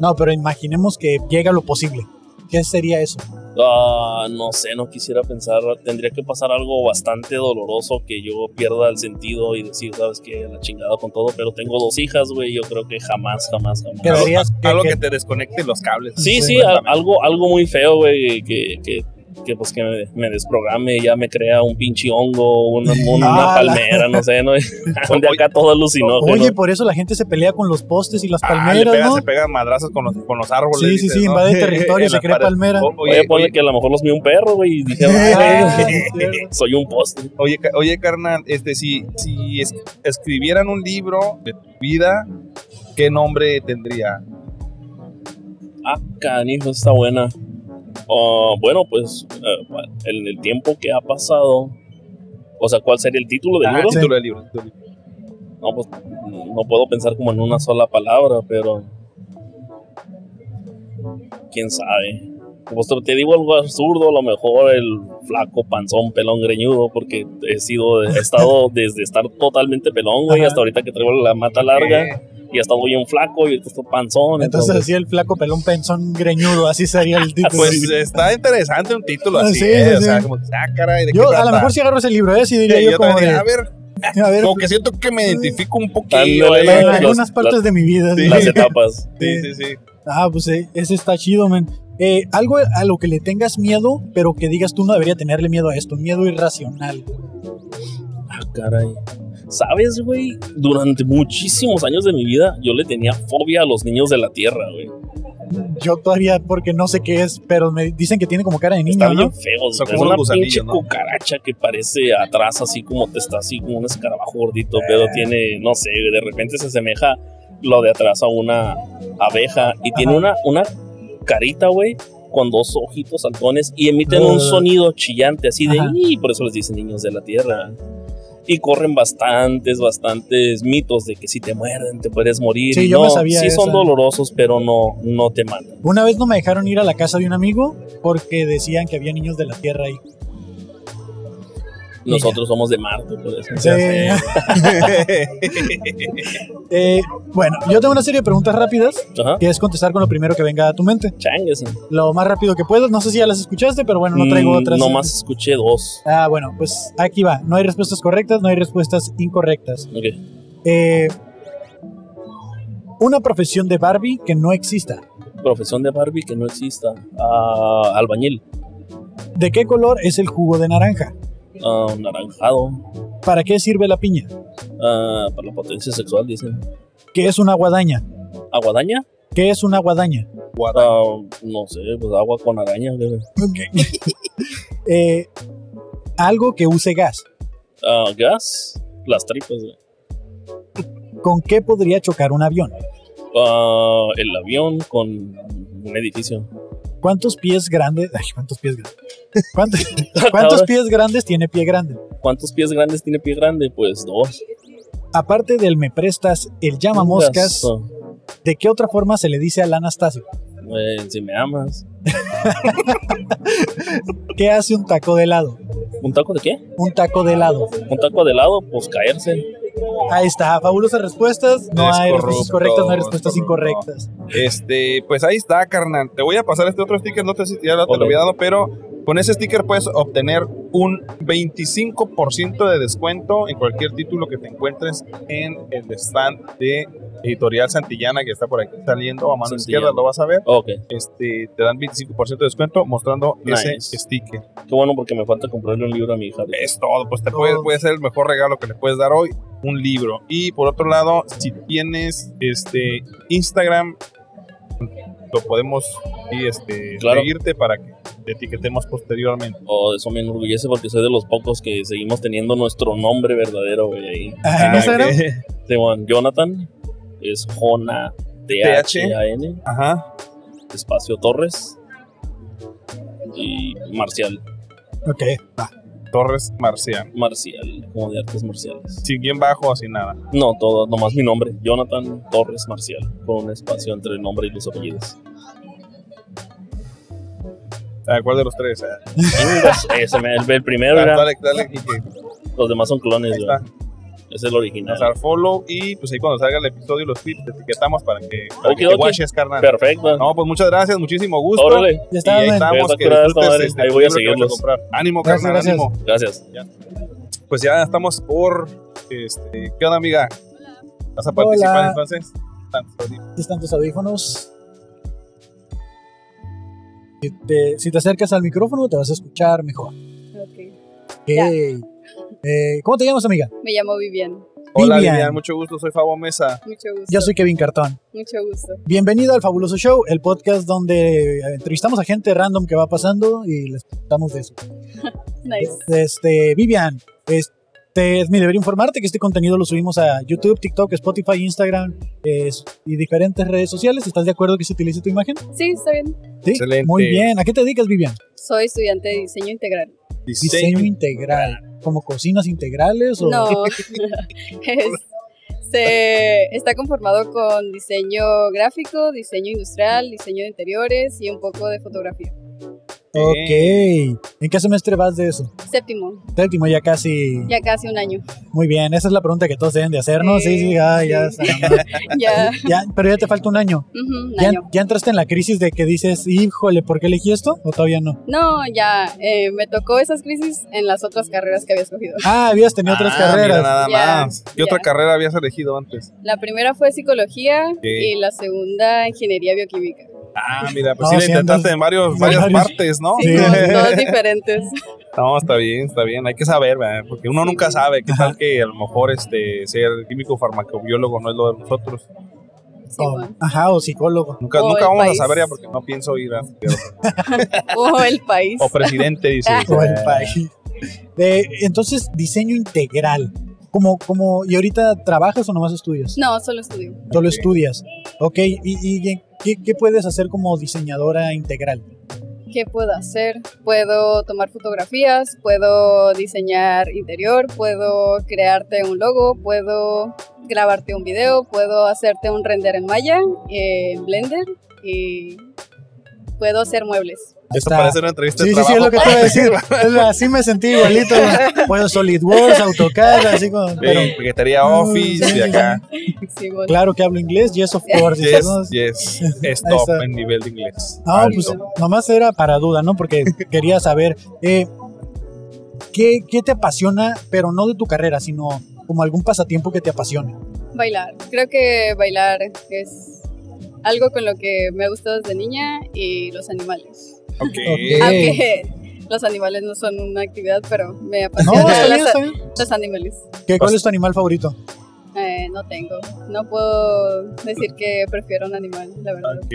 S3: No, pero imaginemos que llega lo posible. ¿Qué sería eso?
S4: Ah, no sé, no quisiera pensar. Tendría que pasar algo bastante doloroso que yo pierda el sentido y decir, sabes que la chingada con todo, pero tengo dos hijas, güey. Yo creo que jamás, jamás, jamás.
S3: ¿Qué dirías? que-
S2: Algo
S3: que-
S2: que te desconecte los cables.
S4: Sí, sí, a- algo, algo muy feo, güey, que, que, que, pues que me, me desprograme, ya me crea un pinche hongo, una, una
S3: Ah, la-
S4: palmera, no sé, ¿no? de acá todo alucinógeno.
S3: Oye, por eso la gente se pelea con los postes y las
S2: Ah,
S3: palmeras,
S2: le pega-
S3: ¿no?
S2: Se pegan madrazos con los, con los árboles.
S3: Sí, sí,
S2: dices,
S3: sí,
S2: ¿no?
S3: invade territorio,
S2: En
S3: se
S2: las
S3: crea
S2: paredes.
S3: palmera.
S2: O-
S4: Oye,
S2: oye,
S4: ponle
S2: oye,
S4: que a lo mejor los mío un perro, güey, y dije,
S3: Ah,
S4: "Vale,
S3: es cierto.
S4: soy un poste.
S2: oye, ca- oye, carnal, este, si, si es- escribieran un libro de tu vida, ¿qué nombre tendría?
S4: Ah, canijo, está buena. Ah, bueno, pues eh, en el tiempo que ha pasado, o sea, ¿cuál sería el título
S3: Ah,
S4: del
S2: Ajá,
S4: libro?
S2: el Ah, título del libro. el título del libro.
S4: No, pues no puedo pensar como en una sola palabra, pero. Quién sabe. Pues te- te digo algo absurdo, a lo mejor el flaco panzón pelón greñudo, porque he sido, he estado desde estar totalmente pelón, güey,
S3: Ajá.
S4: hasta ahorita que traigo la mata larga, y he estado bien flaco, y ahorita estoy panzón.
S3: Entonces
S4: Entonces,
S3: así el flaco pelón pensón greñudo, así sería el
S4: Ah,
S3: título.
S2: Pues está interesante un título
S3: Ah,
S2: así.
S3: sí,
S2: eh,
S3: sí,
S2: o sea,
S3: sí.
S2: como que, ah, caray, ¿de qué
S3: yo a
S2: trata?
S3: lo mejor si agarro ese libro, ¿eh? Sí diría
S2: Sí,
S3: yo,
S2: yo
S3: como
S2: también,
S3: de, pues,
S2: a ver,
S3: a ver,
S2: como que siento que me identifico un poquito.
S4: Ándale,
S2: eh.
S3: en
S4: los-
S3: algunas partes de mi vida. sí.
S4: las etapas.
S2: Sí, sí, sí.
S3: Ah, pues eh, ese está chido, man. Eh, algo a lo que le tengas miedo, pero que digas tú no debería tenerle miedo a esto, un miedo irracional.
S4: Ah, caray. ¿Sabes, güey? Durante muchísimos años de mi vida, yo le tenía fobia a los niños de la tierra, güey.
S3: Yo todavía, porque no sé qué es, pero me dicen que tiene como cara de niño,
S4: Está
S3: ¿no?
S4: bien feo.
S2: Son
S4: es
S2: como
S4: una
S2: unos
S4: pinche
S2: gusanillos, ¿no?
S4: cucaracha que parece atrás, así como te está, así como un escarabajo gordito,
S3: Eh.
S4: pero tiene, no sé, de repente se asemeja lo de atrás a una abeja y tiene una, una carita, güey, con dos ojitos saltones y emiten
S3: Blah.
S4: un sonido chillante, así de,
S3: Ajá.
S4: y por eso les dicen niños de la tierra. Y corren bastantes, bastantes mitos de que si te muerden te puedes morir.
S3: Sí,
S4: y
S3: yo me
S4: no,
S3: sabía
S4: sí son
S3: esa.
S4: dolorosos, pero no, no te matan.
S3: Una vez no me dejaron ir a la casa de un amigo porque decían que había niños de la tierra ahí.
S4: Nosotros somos de Marte, por eso.
S3: Sí. Eh, bueno, yo tengo una serie de preguntas rápidas
S4: Ajá.
S3: que es contestar con lo primero que venga a tu mente.
S4: Changues.
S3: Lo más rápido que puedas. No sé si ya las escuchaste, pero bueno, no traigo
S4: Mm,
S3: otras. eh.
S4: Nomás escuché dos.
S3: Ah, bueno, pues aquí va. No hay respuestas correctas, no hay respuestas incorrectas.
S4: Ok.
S3: Eh, una profesión de Barbie que no exista.
S4: Profesión de Barbie que no exista. Ah, albañil.
S3: ¿De qué color es el jugo de naranja?
S4: Ah, naranjado.
S3: ¿Para qué sirve la piña?
S4: Ah, para la potencia sexual, dicen.
S3: ¿Qué es una guadaña?
S4: ¿Aguadaña?
S3: ¿Qué es una guadaña?
S4: Ah, no sé, pues agua con araña. güey.
S3: Eh, algo que use gas.
S4: Ah, gas. Las tripas. güey.
S3: ¿Con qué podría chocar un avión?
S4: Ah, el avión con un edificio.
S3: ¿Cuántos pies grandes? Ay, ¿cuántos pies grandes? ¿Cuántos, cuántos pies grandes tiene pie grande?
S4: ¿Cuántos pies grandes tiene pie grande? Pues dos.
S3: Aparte del me prestas, el llama moscas,
S4: Ah,
S3: ¿de qué otra forma se le dice al Anastasio?
S4: eh, si me amas.
S3: ¿Qué hace un taco de helado?
S4: ¿Un taco de qué?
S3: Un taco de helado.
S4: ¿Un taco de helado? Pues caerse.
S3: Ahí está, fabulosas respuestas. No
S2: Es
S3: hay respuestas
S2: corrupto,
S3: correctas, no hay
S2: es
S3: respuestas
S2: corrupto.
S3: incorrectas.
S2: Este, pues ahí está, carnal. Te voy a pasar este otro sticker, no te, ya lo- te lo había dado, pero con ese sticker puedes obtener un 25% de descuento en cualquier título que te encuentres en el stand de Editorial Santillana, que está por aquí saliendo a mano
S4: Santillana.
S2: izquierda, lo vas a ver.
S4: Ok,
S2: Este, te dan 25% de descuento mostrando
S4: Nice.
S2: ese sticker.
S4: qué bueno porque me falta comprarle un libro a mi hija.
S2: Es todo, pues te puede, puede ser el mejor regalo que le puedes dar hoy, un libro. Y por otro lado, si tienes este Instagram, lo podemos y este,
S4: Claro.
S2: seguirte para que te etiquetemos posteriormente.
S4: Oh, eso me enorgullece porque soy de los pocos que seguimos teniendo nuestro nombre verdadero, güey. Ahí.
S3: Ah, ¿En Instagram?
S2: ok.
S4: Simón, Jonathan es Jona T-H-A-N,
S2: Ajá.
S4: espacio Torres y Marcial,
S3: Ok, va.
S2: Torres Marcial.
S4: Marcial, como de artes marciales.
S2: Sin bien bajo, así nada.
S4: No, todo, nomás mi nombre, Jonathan Torres Marcial, con un espacio entre el nombre y los apellidos.
S2: Ah, ¿Cuál de los tres? Ah,
S4: Chingas, Ese eh, me, el, el primero era-
S2: dale, dale, Kike.
S4: los demás son clones,
S2: Ahí
S4: güey.
S2: está.
S4: Es el original.
S2: Nos dar follow y pues ahí cuando salga el episodio los tips te etiquetamos para que, para
S4: Ok,
S2: que
S4: ok.
S2: te guaches, carnal.
S4: Perfecto.
S2: No, pues muchas gracias, muchísimo gusto.
S4: Órale,
S3: Ya
S2: Y
S3: está.
S2: ahí
S3: man.
S2: estamos,
S4: Está
S2: que
S4: curada esta
S2: disfrutes,
S4: madre.
S2: este,
S4: Ahí voy a
S2: lo que vas
S4: seguirlos.
S2: comprar. Ánimo,
S3: Gracias,
S2: carnal,
S3: gracias.
S2: ánimo.
S4: gracias.
S2: Pues ya estamos por. Este, ¿Qué onda, amiga? ¿Vas a participar
S3: Hola.
S2: entonces? Tanto, ahorita.
S3: Están tus audífonos. Si te, si te acercas al micrófono, te vas a escuchar mejor.
S5: Ok.
S3: Ok.
S5: Ya.
S3: Eh, ¿Cómo te llamas, amiga?
S5: Me llamo Vivian.
S2: Hola,
S3: Vivian.
S2: Vivian, mucho gusto, soy Fabo Mesa.
S5: Mucho gusto.
S3: Yo soy Kevin Cartón.
S5: Mucho gusto.
S3: Bienvenido al Fabuloso Show, el podcast donde eh, entrevistamos a gente random que va pasando y les contamos de eso.
S5: Nice.
S3: Este, Vivian, este, es mi deber informarte que este contenido lo subimos a YouTube, TikTok, Spotify, Instagram eh, y diferentes redes sociales. ¿Estás de acuerdo que se utilice tu imagen?
S5: Sí, está bien.
S3: Sí.
S2: Excelente.
S3: Muy bien. ¿A qué te dedicas, Vivian?
S5: Soy estudiante de diseño integral.
S3: Diseño integral. ¿Como cocinas integrales? O...
S5: No. Es- se está conformado con diseño gráfico, diseño industrial, diseño de interiores y un poco de fotografía.
S3: Ok. ¿En qué semestre vas de eso?
S5: Séptimo,
S3: Séptimo, ya casi.
S5: ya casi un año.
S3: Muy bien. Esa es la pregunta que todos deben de hacernos. Sí, sí, ah, ya.
S5: Sí.
S3: está.
S5: Ya,
S3: Ya, pero ya te falta un año.
S5: ujú, un
S3: ¿Ya,
S5: año.
S3: ya entraste en la crisis de que dices, híjole, ¿por qué elegí esto? ¿O todavía no?
S5: No, ya eh, me tocó esas crisis en las otras carreras que había escogido.
S3: Ah, habías tenido otras
S2: Ah,
S3: carreras.
S2: mira, nada
S5: Ya,
S2: más. ¿Qué otra
S5: ya.
S2: carrera habías elegido antes?
S5: La primera fue psicología
S2: Sí.
S5: y la segunda ingeniería bioquímica.
S2: Ah, mira, pues
S3: No,
S2: sí, la
S3: sí,
S2: intentaste
S3: andas-
S2: en varios,
S3: en
S2: varias
S3: varios-
S2: partes, ¿no?
S5: Sí, todos, todos diferentes.
S2: No, está bien, está bien. Hay que saber, ¿verdad? Porque uno nunca sabe qué tal que a lo mejor este ser químico farmacobiólogo no es lo de nosotros.
S5: Sí,
S3: O-
S5: bueno.
S3: ajá, o psicólogo.
S2: Nunca,
S5: O
S2: nunca
S5: el
S2: vamos
S5: país.
S2: a saber ya porque no pienso ir a...
S5: O el país.
S2: O presidente, dice.
S3: o el país. De- entonces, diseño integral. Como, como, ¿Y ahorita trabajas o nomás estudias?
S5: No, solo estudio.
S3: Solo
S2: ok.
S3: estudias. Ok, ¿y, y- y qué, qué puedes hacer como diseñadora integral?
S5: ¿Qué puedo hacer? Puedo tomar fotografías, puedo diseñar interior, puedo crearte un logo, puedo grabarte un video, puedo hacerte un render en Maya, eh, en Blender y puedo hacer muebles.
S2: Esto
S3: Está-
S2: parece una entrevista
S3: Sí,
S2: de
S3: sí, sí, es lo
S2: trabajo.
S3: que te iba a decir. Es la- Así me sentí igualito. güey. Puedo SolidWorks, AutoCAD, así como. Pero Mm,
S2: Sí, Secretaría Office
S3: Sí, sí,
S2: de acá.
S5: Sí, bueno.
S3: claro que hablo inglés, yes, of course. dices,
S2: Yes,
S3: ¿no?
S2: yes. Es
S3: Ahí
S2: top
S3: está.
S2: en nivel de inglés.
S3: No,
S2: Alto.
S3: pues nomás era para duda, ¿no? Porque quería saber eh, ¿qué, qué te apasiona, pero no de tu carrera, sino como algún pasatiempo que te apasione.
S5: Bailar. Creo que bailar es algo con lo que me ha gustado desde niña y los animales.
S2: Ok.
S5: Aunque los animales no son una actividad, pero me
S3: No,
S5: apasionan
S3: está bien,
S5: las-
S3: está bien.
S5: los animales.
S3: ¿Qué- ¿Cuál es tu animal favorito?
S5: Eh, no tengo. No puedo decir que prefiero un animal, la verdad.
S2: Ok,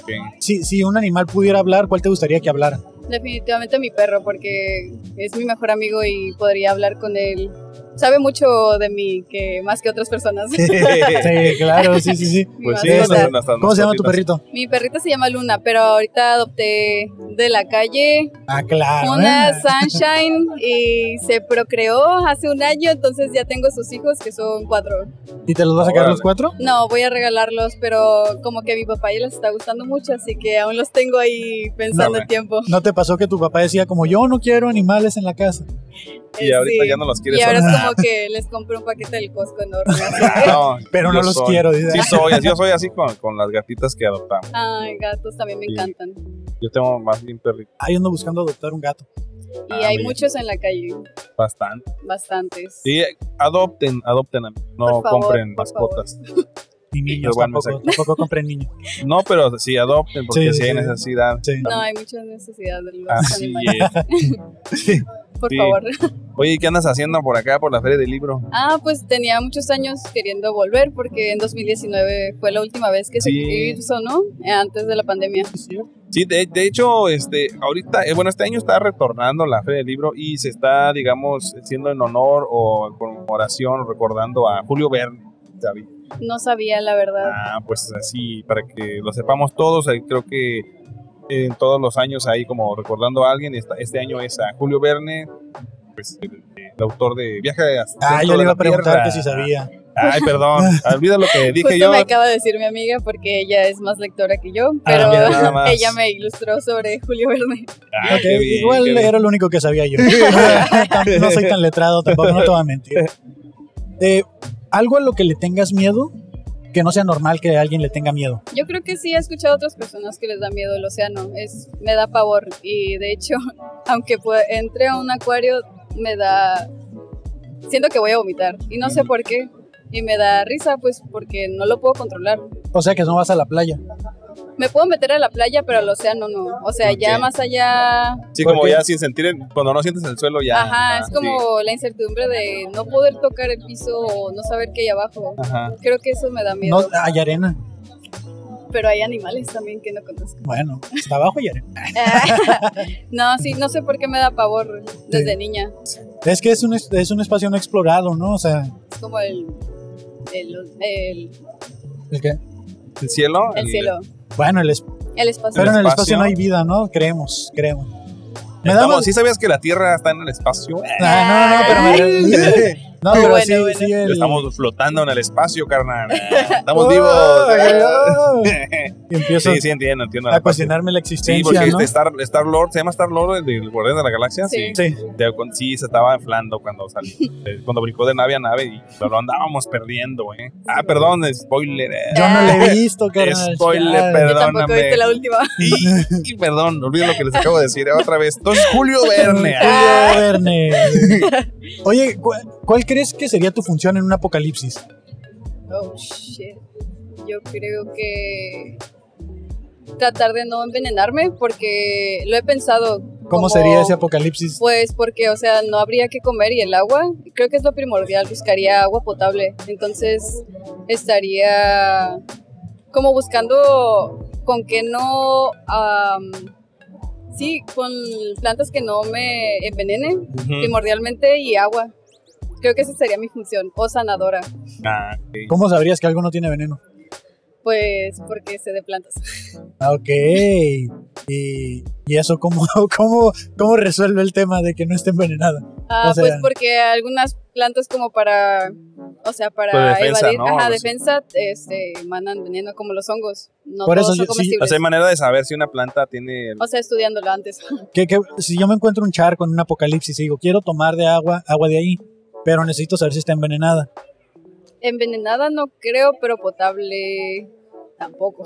S2: ok.
S3: Si, si un animal pudiera hablar, ¿cuál te gustaría que hablara?
S5: Definitivamente mi perro, porque es mi mejor amigo y podría hablar con él. Sabe mucho de mí, que más que otras personas.
S3: Sí, claro, sí, sí, sí.
S5: Mi
S2: Pues sí,
S5: mascota.
S2: esas son las- las
S3: ¿Cómo se llama tu
S2: mascotitas.
S3: perrito?
S5: Mi perrita se llama Luna, pero ahorita adopté de la calle
S3: Ah, claro.
S5: una
S3: ¿eh?
S5: Sunshine y se procreó hace un año, entonces ya tengo sus hijos que son cuatro.
S3: ¿Y te los vas a sacar
S2: Órale.
S3: los cuatro?
S5: No, voy a regalarlos, pero como que a mi papá ya les está gustando mucho, así que aún los tengo ahí pensando
S2: No,
S5: el tiempo.
S3: ¿No te pasó que tu papá decía como yo no quiero animales en la casa?
S2: Y
S5: Eh,
S2: ahorita
S5: sí.
S2: ya no los
S5: Y
S2: quieres
S5: ahora es como que les compro un paquete del Costco enorme. así.
S2: No,
S3: Pero no
S2: yo
S3: los
S2: soy-
S3: quiero. dice.
S2: Sí, soy, así- yo soy así con, con las gatitas que adoptamos.
S5: Ay, gatos también me
S2: Sí.
S5: encantan.
S2: Yo tengo más bien perritos,
S3: Ahí ando buscando adoptar un gato.
S5: Y
S2: Ah, muy
S5: hay
S2: bien.
S5: muchos en la calle,
S2: bastante.
S5: bastantes.
S2: Sí, adopten, adopten, amigos. no
S5: Por favor,
S2: compren
S5: por
S2: mascotas.
S3: Ni niños
S2: bueno,
S3: tampoco,
S2: exacto.
S3: tampoco compren niños.
S2: No, pero sí, adopten, porque
S3: Sí,
S2: si hay
S3: sí.
S2: necesidad.
S3: Sí.
S5: No, hay mucha necesidad de los
S2: Así
S5: animales.
S2: es.
S5: Por
S2: Sí.
S5: favor.
S2: Oye, ¿qué andas haciendo por acá, por la Feria del Libro?
S5: Ah, pues tenía muchos años queriendo volver porque en 2019 fue la última vez que
S2: Sí.
S5: se hizo, ¿no? Eh, Antes de la pandemia.
S2: Sí, de, de hecho, este, ahorita, eh, bueno, este año está retornando la Feria del Libro y se está, digamos, siendo en honor o en conmemoración, recordando a Julio Verne. ¿sabes?
S5: No sabía, la verdad.
S2: Ah, pues así, para que lo sepamos todos, ahí creo que en todos los años ahí como recordando a alguien, esta- este año es a Julio Verne, pues el, el autor de Viaje hasta el
S3: Ah,
S2: centro
S3: yo
S2: de
S3: le iba
S2: la
S3: a preguntar
S2: Tierra.
S3: que si sabía.
S2: Ay, perdón, olvida lo que dije
S5: Justo
S2: yo. Ah,
S5: me acaba de decir mi amiga porque ella es más lectora que yo, pero
S2: mira, nada más.
S5: ella me ilustró sobre Julio Verne.
S2: Ah,
S3: Ok,
S2: qué bien,
S3: igual
S2: qué bien.
S3: era lo único que sabía yo. Tam- no soy tan letrado tampoco, no te voy a mentir. Eh, algo a lo que le tengas miedo, que no sea normal que alguien le tenga miedo.
S5: Yo creo que sí he escuchado a otras personas que les da miedo el océano, es me da pavor y de hecho, aunque pue- entre a un acuario me da siento que voy a vomitar y no sé por qué y me da risa pues porque no lo puedo controlar.
S3: O sea, que no vas a la playa.
S5: Me puedo meter a la playa, pero al océano no. O sea, ya
S2: Ok.
S5: más allá.
S2: Sí, como
S3: ¿Por qué?
S2: ya sin sentir, el- cuando no sientes el suelo ya.
S5: ajá,
S2: ah,
S5: es como la incertidumbre de no poder tocar el piso o no saber qué hay abajo.
S2: sí. Ajá.
S5: Creo que eso me
S3: No,
S5: da
S3: ah.
S5: miedo.
S3: hay arena.
S5: Pero hay animales también que no conozco.
S3: Bueno, está abajo y arena.
S5: no, sí, no sé por qué me da pavor desde
S3: Ah. Sí.
S5: niña.
S3: Es que es un, es es un espacio no explorado, ¿no? O sea,
S5: Es como el. El, el-
S3: ¿el qué?
S2: El cielo.
S5: el cielo,
S3: Bueno, el es-
S5: el espacio.
S3: pero en el espacio
S2: espacio?
S3: no hay vida, ¿no? Creemos, creemos. Me da
S2: Estamos-
S3: más-
S2: ¿Sí sabías que la Tierra está en el espacio?
S3: Ah, no, no, no, pero me- No, pero
S5: Bueno,
S3: sí,
S5: bueno.
S3: sí, el-
S2: Estamos flotando en el espacio, carnal. Estamos
S3: Oh,
S2: vivos.
S3: oh. Y empiezo
S2: Sí, sí, entiendo, entiendo.
S3: a
S2: la parte.
S3: cuestionarme la
S2: Sí,
S3: existencia,
S2: porque
S3: ¿no?
S2: este Star, Star Lord, ¿se llama Star Lord el del Guardián de la Galaxia?
S5: Sí.
S3: Sí.
S2: De- con- sí, se estaba inflando cuando salió, eh, cuando brincó de nave a nave y lo lo andábamos perdiendo, ¿eh? Ah, perdón, spoiler. eh.
S3: Yo no la
S5: Ah.
S3: he visto, carnal.
S2: Spoiler,
S3: Ay,
S5: Yo tampoco
S2: perdóname.
S5: viste la última.
S2: Y, y perdón, olvido lo que les acabo de decir eh, otra vez. Entonces, Julio Verne. ah,
S3: Julio Verne. Oye, ¿cu- ¿cuál crees que sería tu función en un apocalipsis?
S5: Oh, shit. Yo creo que tratar de no envenenarme porque lo he pensado.
S3: ¿Cómo sería ese apocalipsis?
S5: Pues porque, o sea, no habría que comer y el agua, creo que es lo primordial, buscaría agua potable. Entonces estaría como buscando con que no... am, sí, con plantas que no me envenenen
S2: ujú.
S5: primordialmente y agua. Creo que esa sería mi función, o sanadora,
S2: Ah,
S3: ¿Cómo sabrías que algo no tiene veneno?
S5: pues porque sé de plantas.
S3: Ah, Ok. ¿Y, y eso cómo, cómo, cómo resuelve el tema de que no esté envenenada?
S5: Ah,
S3: O sea-
S5: pues porque algunas plantas como para, o sea, para
S2: Pues defensa,
S5: evadir,
S2: ¿no?
S5: ajá,
S2: Algo así.
S5: defensa, este, mandan veneno como los hongos. No
S3: Por eso
S5: todos son
S3: yo- sí,
S5: comestibles.
S2: O sea, hay manera de saber si una planta tiene. el-
S5: o sea, estudiándolo antes.
S3: Que, que si yo me encuentro un charco en un apocalipsis y digo, quiero tomar de agua, agua de ahí, pero necesito saber si está envenenada.
S5: Envenenada no creo, pero potable tampoco.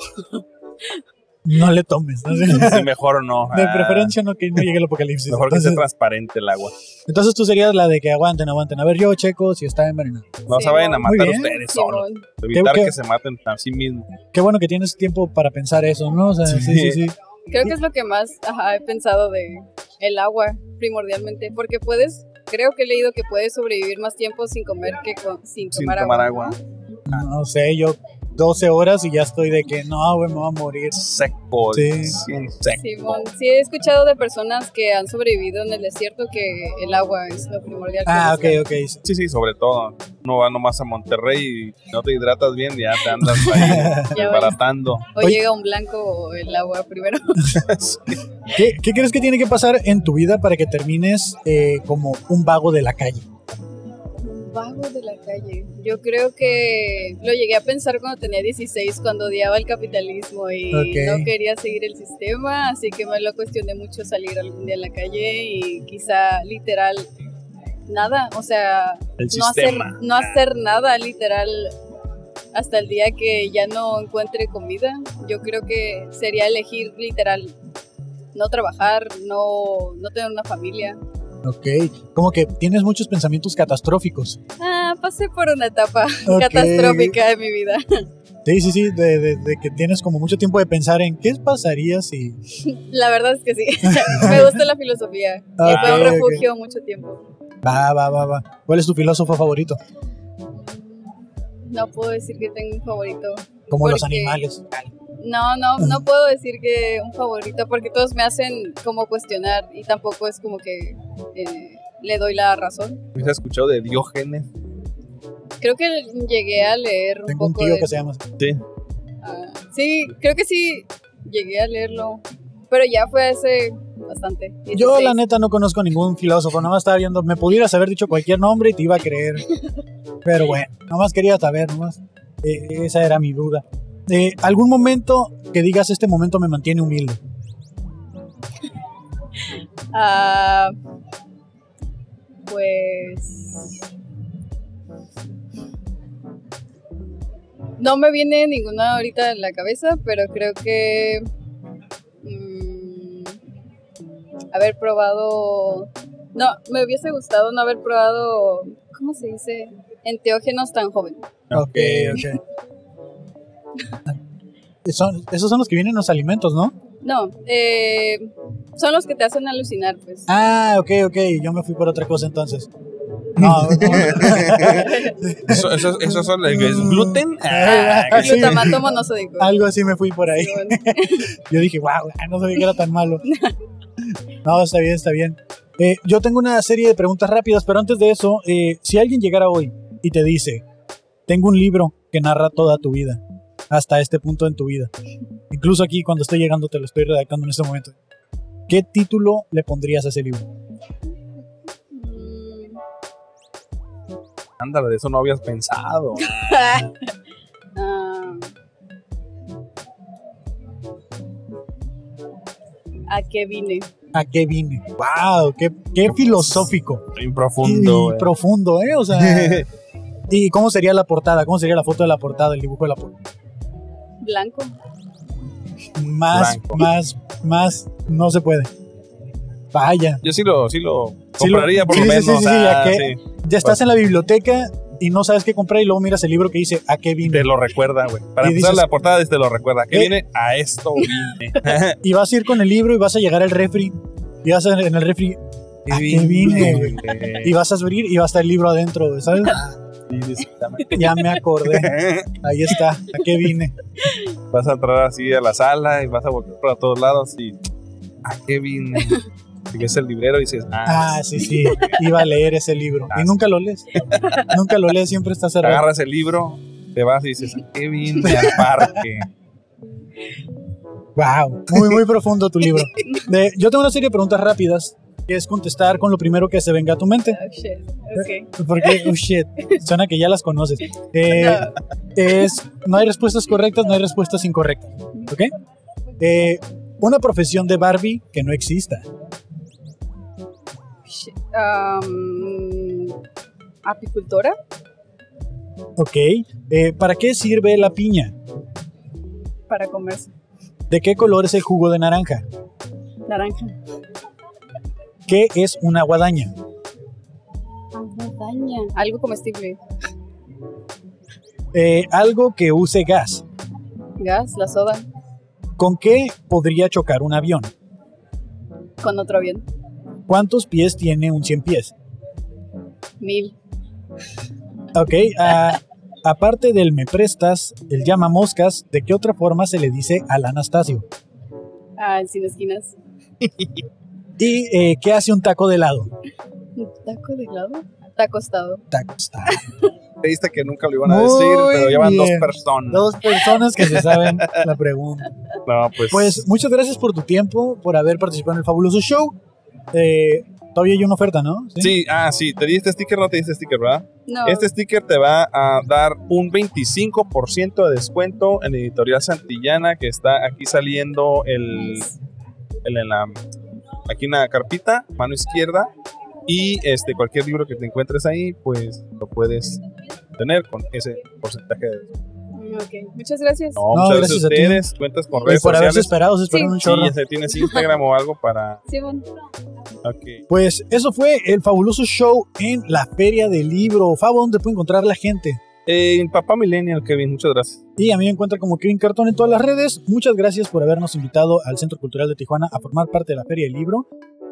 S3: No le tomes. ¿no?
S2: si mejor no.
S3: De
S2: ah,
S3: preferencia no que no llegue el apocalipsis.
S2: Mejor que
S3: entonces,
S2: sea transparente el agua.
S3: entonces tú serías la de que aguanten, aguanten. A ver, yo checo si está envenenada.
S2: No
S5: Sí,
S2: se vayan a
S3: muy
S2: matar
S3: bien,
S2: ustedes solos.
S5: Simón.
S2: Evitar
S3: Creo que-
S2: que se maten a sí mismos.
S3: Qué bueno que tienes tiempo para pensar eso, ¿no? O sea, sí, sí,
S2: Sí.
S3: sí.
S5: Creo que es lo que más ajá, he pensado de el agua, primordialmente, porque puedes, creo que he leído que puedes sobrevivir más tiempo sin comer que con- sin
S2: Sin
S5: tomar,
S2: tomar
S5: agua.
S2: agua.
S3: No sé, yo 12 horas y ya estoy de que no, güey, me voy a morir.
S2: Seco.
S3: Sí.
S2: bien seco.
S5: Simón, sí he escuchado de personas que han sobrevivido en el desierto que el agua es lo primordial. que
S3: Ah,
S5: buscan.
S3: ok, ok. sí.
S2: Sí, sí, sobre todo. No va nomás a Monterrey y no te hidratas bien, ya te andas ahí
S5: Ya
S2: desbaratando.
S5: O
S3: Oye.
S5: llega un blanco o el agua primero.
S3: ¿Qué, qué crees que tiene que pasar en tu vida para que termines eh, como un vago de la calle?
S5: Vago de la calle. Yo creo que lo llegué a pensar cuando tenía 16, cuando odiaba el capitalismo y
S3: Ok.
S5: no quería seguir el sistema, así que me lo cuestioné mucho salir algún día a la calle y quizá literal nada, o sea,
S2: El
S5: no hacer,
S2: sistema.
S5: no hacer nada literal hasta el día que ya no encuentre comida. Yo creo que sería elegir literal no trabajar, no, no tener una familia.
S3: Ok, como que tienes muchos pensamientos catastróficos.
S5: Ah, pasé por una etapa
S3: Ok.
S5: catastrófica de mi vida.
S3: Sí, sí, sí, de, de- de que tienes como mucho tiempo de pensar en qué pasaría si...
S5: La verdad es que sí. Me gusta la filosofía.
S3: Ah,
S5: Fue un
S3: ok, ok.
S5: refugio mucho tiempo.
S3: Va, va, va, va. ¿Cuál es tu filósofo favorito?
S5: No puedo decir que tengo un favorito.
S3: Como los
S5: porque-
S3: animales.
S5: No, no, no puedo decir que un favorito porque todos me hacen como cuestionar y tampoco es como que eh, le doy la razón.
S2: ¿Se escuchado de Diógenes?
S5: Creo que llegué a leer un
S3: Tengo un
S5: poco
S3: tío
S5: de-
S3: que se llama...
S5: ah, sí, creo que sí llegué a leerlo, pero ya fue hace bastante.
S3: Yo
S5: 16.
S3: la neta no conozco ningún filósofo, nomás estaba viendo, me pudieras haber dicho cualquier nombre y te iba a creer. Pero bueno, nomás quería saber, nomás. Eh, esa era mi duda. Eh, ¿Algún momento que digas este momento me mantiene humilde?
S5: Ah, pues. No me viene ninguna ahorita en la cabeza, pero creo que. mm, haber probado. No, me hubiese gustado no haber probado. ¿Cómo se dice? Enteógenos tan joven.
S3: Ok, ok. Son- esos son los que vienen en los alimentos, ¿no?
S5: No, eh, son los que te hacen alucinar, pues.
S3: Ah, ok, ok. Yo me fui por otra cosa entonces. No,
S2: Eso, eso, eso, son- es
S3: Mm.
S2: gluten. Ah,
S3: Ah, sí. Ah,
S5: Glutamato monosódico.
S3: algo así me fui por ahí.
S5: Sí, bueno.
S3: Yo dije, wow, no sabía que era tan malo. No, está bien, está bien. Eh, yo tengo una serie de preguntas rápidas, pero antes de eso, eh, si alguien llegara hoy y te dice, tengo un libro que narra toda tu vida, hasta este punto en tu vida, incluso aquí cuando estoy llegando te lo estoy redactando en este momento, ¿qué título le pondrías a ese libro?
S5: Mm.
S2: Ándale, de eso no habías pensado.
S5: Ah. ¿A qué vine?
S3: ¿A qué vine? ¡Wow! ¡Qué, qué filosófico!
S2: Bien profundo.
S3: y
S2: eh.
S3: profundo, ¿eh? O sea... ¿Y cómo sería la portada? ¿Cómo sería la foto de la portada, el dibujo de la portada?
S5: Blanco.
S3: más,
S2: Blanco.
S3: más, más, no se puede. Vaya,
S2: Yo sí lo, sí lo
S3: Sí lo-
S2: compraría por lo
S3: sí, sí, sí, sí,
S2: menos. o sea,
S3: ya que-
S2: sí.
S3: ya estás en la biblioteca y no sabes qué comprar y luego miras el libro que dice ¿A qué vine?
S2: Te lo recuerda, güey. Para
S3: Y
S2: empezar
S3: dices-
S2: la portada te lo recuerda. ¿Qué
S3: Eh.
S2: viene? A esto vine.
S3: Y vas a ir con el libro y vas a llegar al refri y vas a, en el refri ¿A qué vine, güey? y vas a abrir y va a estar el libro adentro, ¿sabes?
S2: Sí, exactamente.
S3: Ya me acordé, ahí está, ¿a qué vine?
S2: Vas a entrar así a la sala y vas a volver para todos lados y ¿a qué vine? Y ves el librero y dices, ah,
S3: Ah, sí, sí, iba a leer ese libro y nunca lo lees, nunca lo lees, siempre está cerrado.
S2: agarras el libro, te vas y dices, ¿a qué vine al parque?
S3: Wow, muy muy profundo tu libro. De- yo tengo una serie de preguntas rápidas que es contestar con lo primero que se venga a tu mente.
S5: Oh, shit. Ok.
S3: Porque, oh shit, suena que ya las conoces. Eh, es, no hay respuestas correctas, no hay respuestas incorrectas. ¿Ok? Eh, una profesión de Barbie que no exista.
S5: Shit. Um, ¿Apicultora?
S3: ¿Ok? Eh, ¿Para qué sirve la piña?
S5: Para comerse.
S3: ¿De qué color es el jugo de naranja?
S5: Naranja.
S3: ¿Qué es una guadaña?
S5: Aguadaña. Algo comestible.
S3: Eh, algo que use gas.
S5: Gas, la soda.
S3: ¿Con qué podría chocar un avión?
S5: Con otro avión.
S3: ¿Cuántos pies tiene un 100 pies?
S5: Mil.
S3: Ok, ah, aparte del me prestas, el llama moscas, ¿de qué otra forma se le dice al Anastasio?
S5: Ah, sin esquinas.
S3: ¿Y eh, qué hace un taco de helado?
S5: ¿Un ¿Taco de helado? Taco estado.
S3: Tacos. ah,
S2: Creíste que nunca lo iban a
S3: Muy
S2: decir, pero ya van dos
S3: bien.
S2: personas.
S3: Dos personas que se saben la pregunta.
S2: No, pues.
S3: Pues muchas gracias por tu tiempo, por haber participado en el fabuloso show. Eh, todavía hay una oferta, ¿no?
S2: Sí, ah, sí, te di este sticker, no te di este sticker, ¿verdad?
S5: No.
S2: Este sticker te va a dar un 25% de descuento en Editorial Santillana, que está aquí saliendo el, el- en la, aquí en la carpita, mano izquierda. Y este, cualquier libro que te encuentres ahí, pues lo puedes tener con ese porcentaje de descuento.
S5: Ok, muchas gracias.
S2: No, muchas gracias,
S3: gracias
S2: a
S3: a ti.
S2: ustedes. Cuentas con
S3: Y
S2: redes
S3: por haberse
S2: sociales.
S3: esperado, se esperaron
S5: Sí.
S3: un
S2: Sí,
S3: chorro.
S2: ya se tienes Instagram o algo para.
S5: Simón.
S2: ok.
S3: Pues eso fue el fabuloso show en la Feria del Libro. Fabo, ¿dónde puede encontrar la gente?
S2: Eh, papá Millennial, Kevin, muchas gracias.
S3: Y a mí me encuentra como Kevin Cartón en todas las redes. Muchas gracias por habernos invitado al Centro Cultural de Tijuana a formar parte de la Feria del Libro.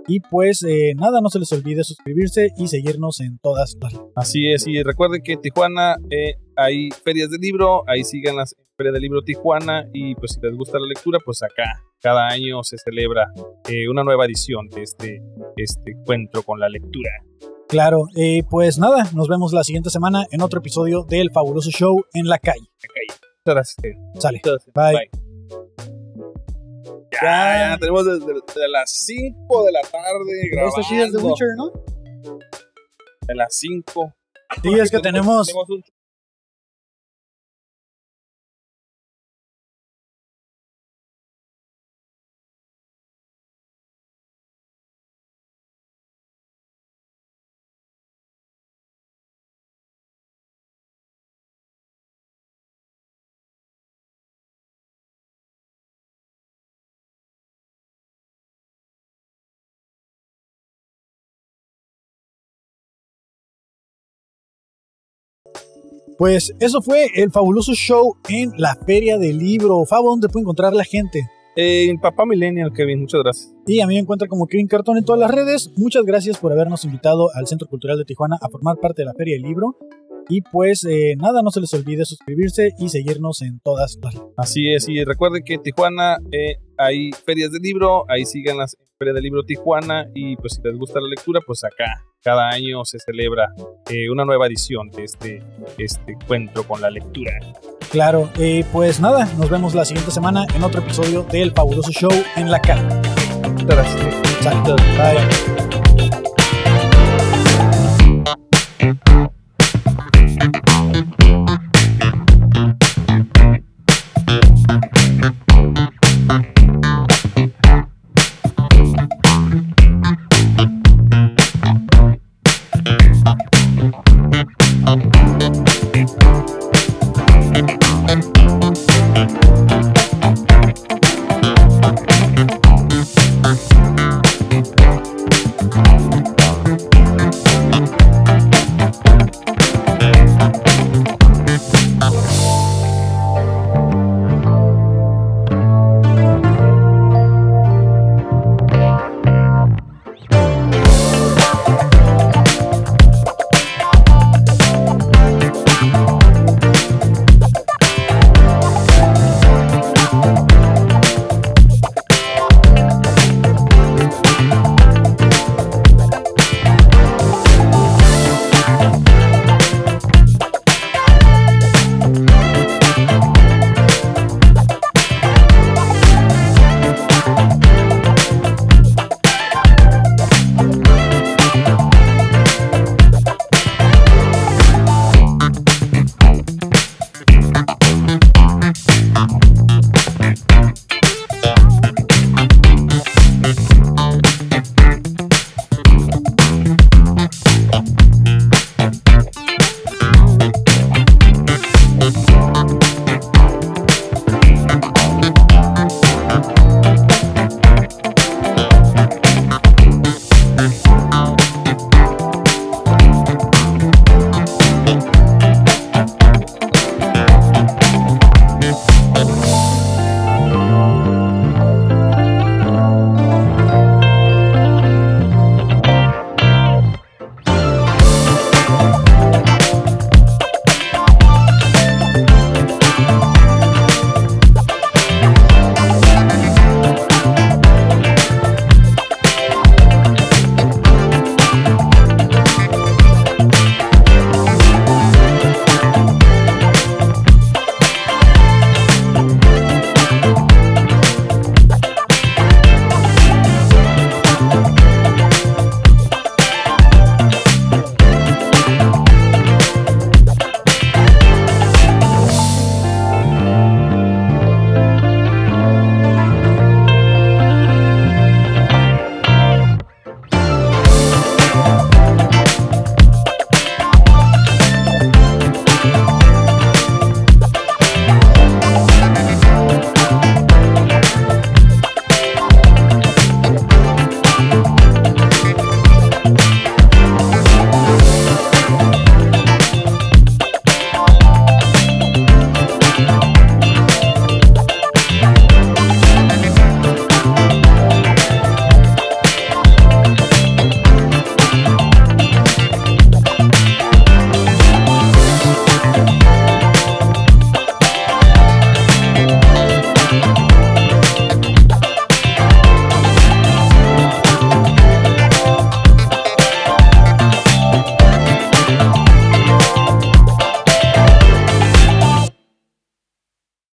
S3: Y pues eh, nada, no se les olvide suscribirse y seguirnos en todas las redes.
S2: Así es, y recuerden que en Tijuana eh, hay ferias de libro, ahí sigan las ferias de libro Tijuana y pues si les gusta la lectura, pues acá cada año se celebra eh, una nueva edición de este, este encuentro con la lectura.
S3: Claro, eh, pues nada, nos vemos la siguiente semana en otro episodio del fabuloso show en la calle.
S2: Muchas gracias. Kevin.
S3: Sale.
S2: Muchas gracias.
S3: Bye.
S2: Ya, ya tenemos desde, desde las 5 de la tarde grabando.
S3: Estas chicas Este de Witcher, ¿no?
S2: De las 5.
S3: Sí, es que tenemos
S2: tenemos un
S3: Pues eso fue el fabuloso show en la Feria del Libro. Fabo, ¿dónde puede encontrar la gente?
S2: Eh, papá Millennial, Kevin, muchas gracias.
S3: Y a mí me encuentra como Kevin Cartón en todas las redes. Muchas gracias por habernos invitado al Centro Cultural de Tijuana a formar parte de la Feria del Libro. Y pues eh, nada, no se les olvide suscribirse y seguirnos en todas las redes.
S2: Así es, y recuerden que en Tijuana eh, hay ferias de libro, ahí sigan las ferias de libro Tijuana y pues si les gusta la lectura, pues acá cada año se celebra eh, una nueva edición de este, este encuentro con la lectura.
S3: Claro, eh, pues nada, nos vemos la siguiente semana en otro episodio del fabuloso show en la calle.
S2: Muchas gracias.
S3: Sale. Bye.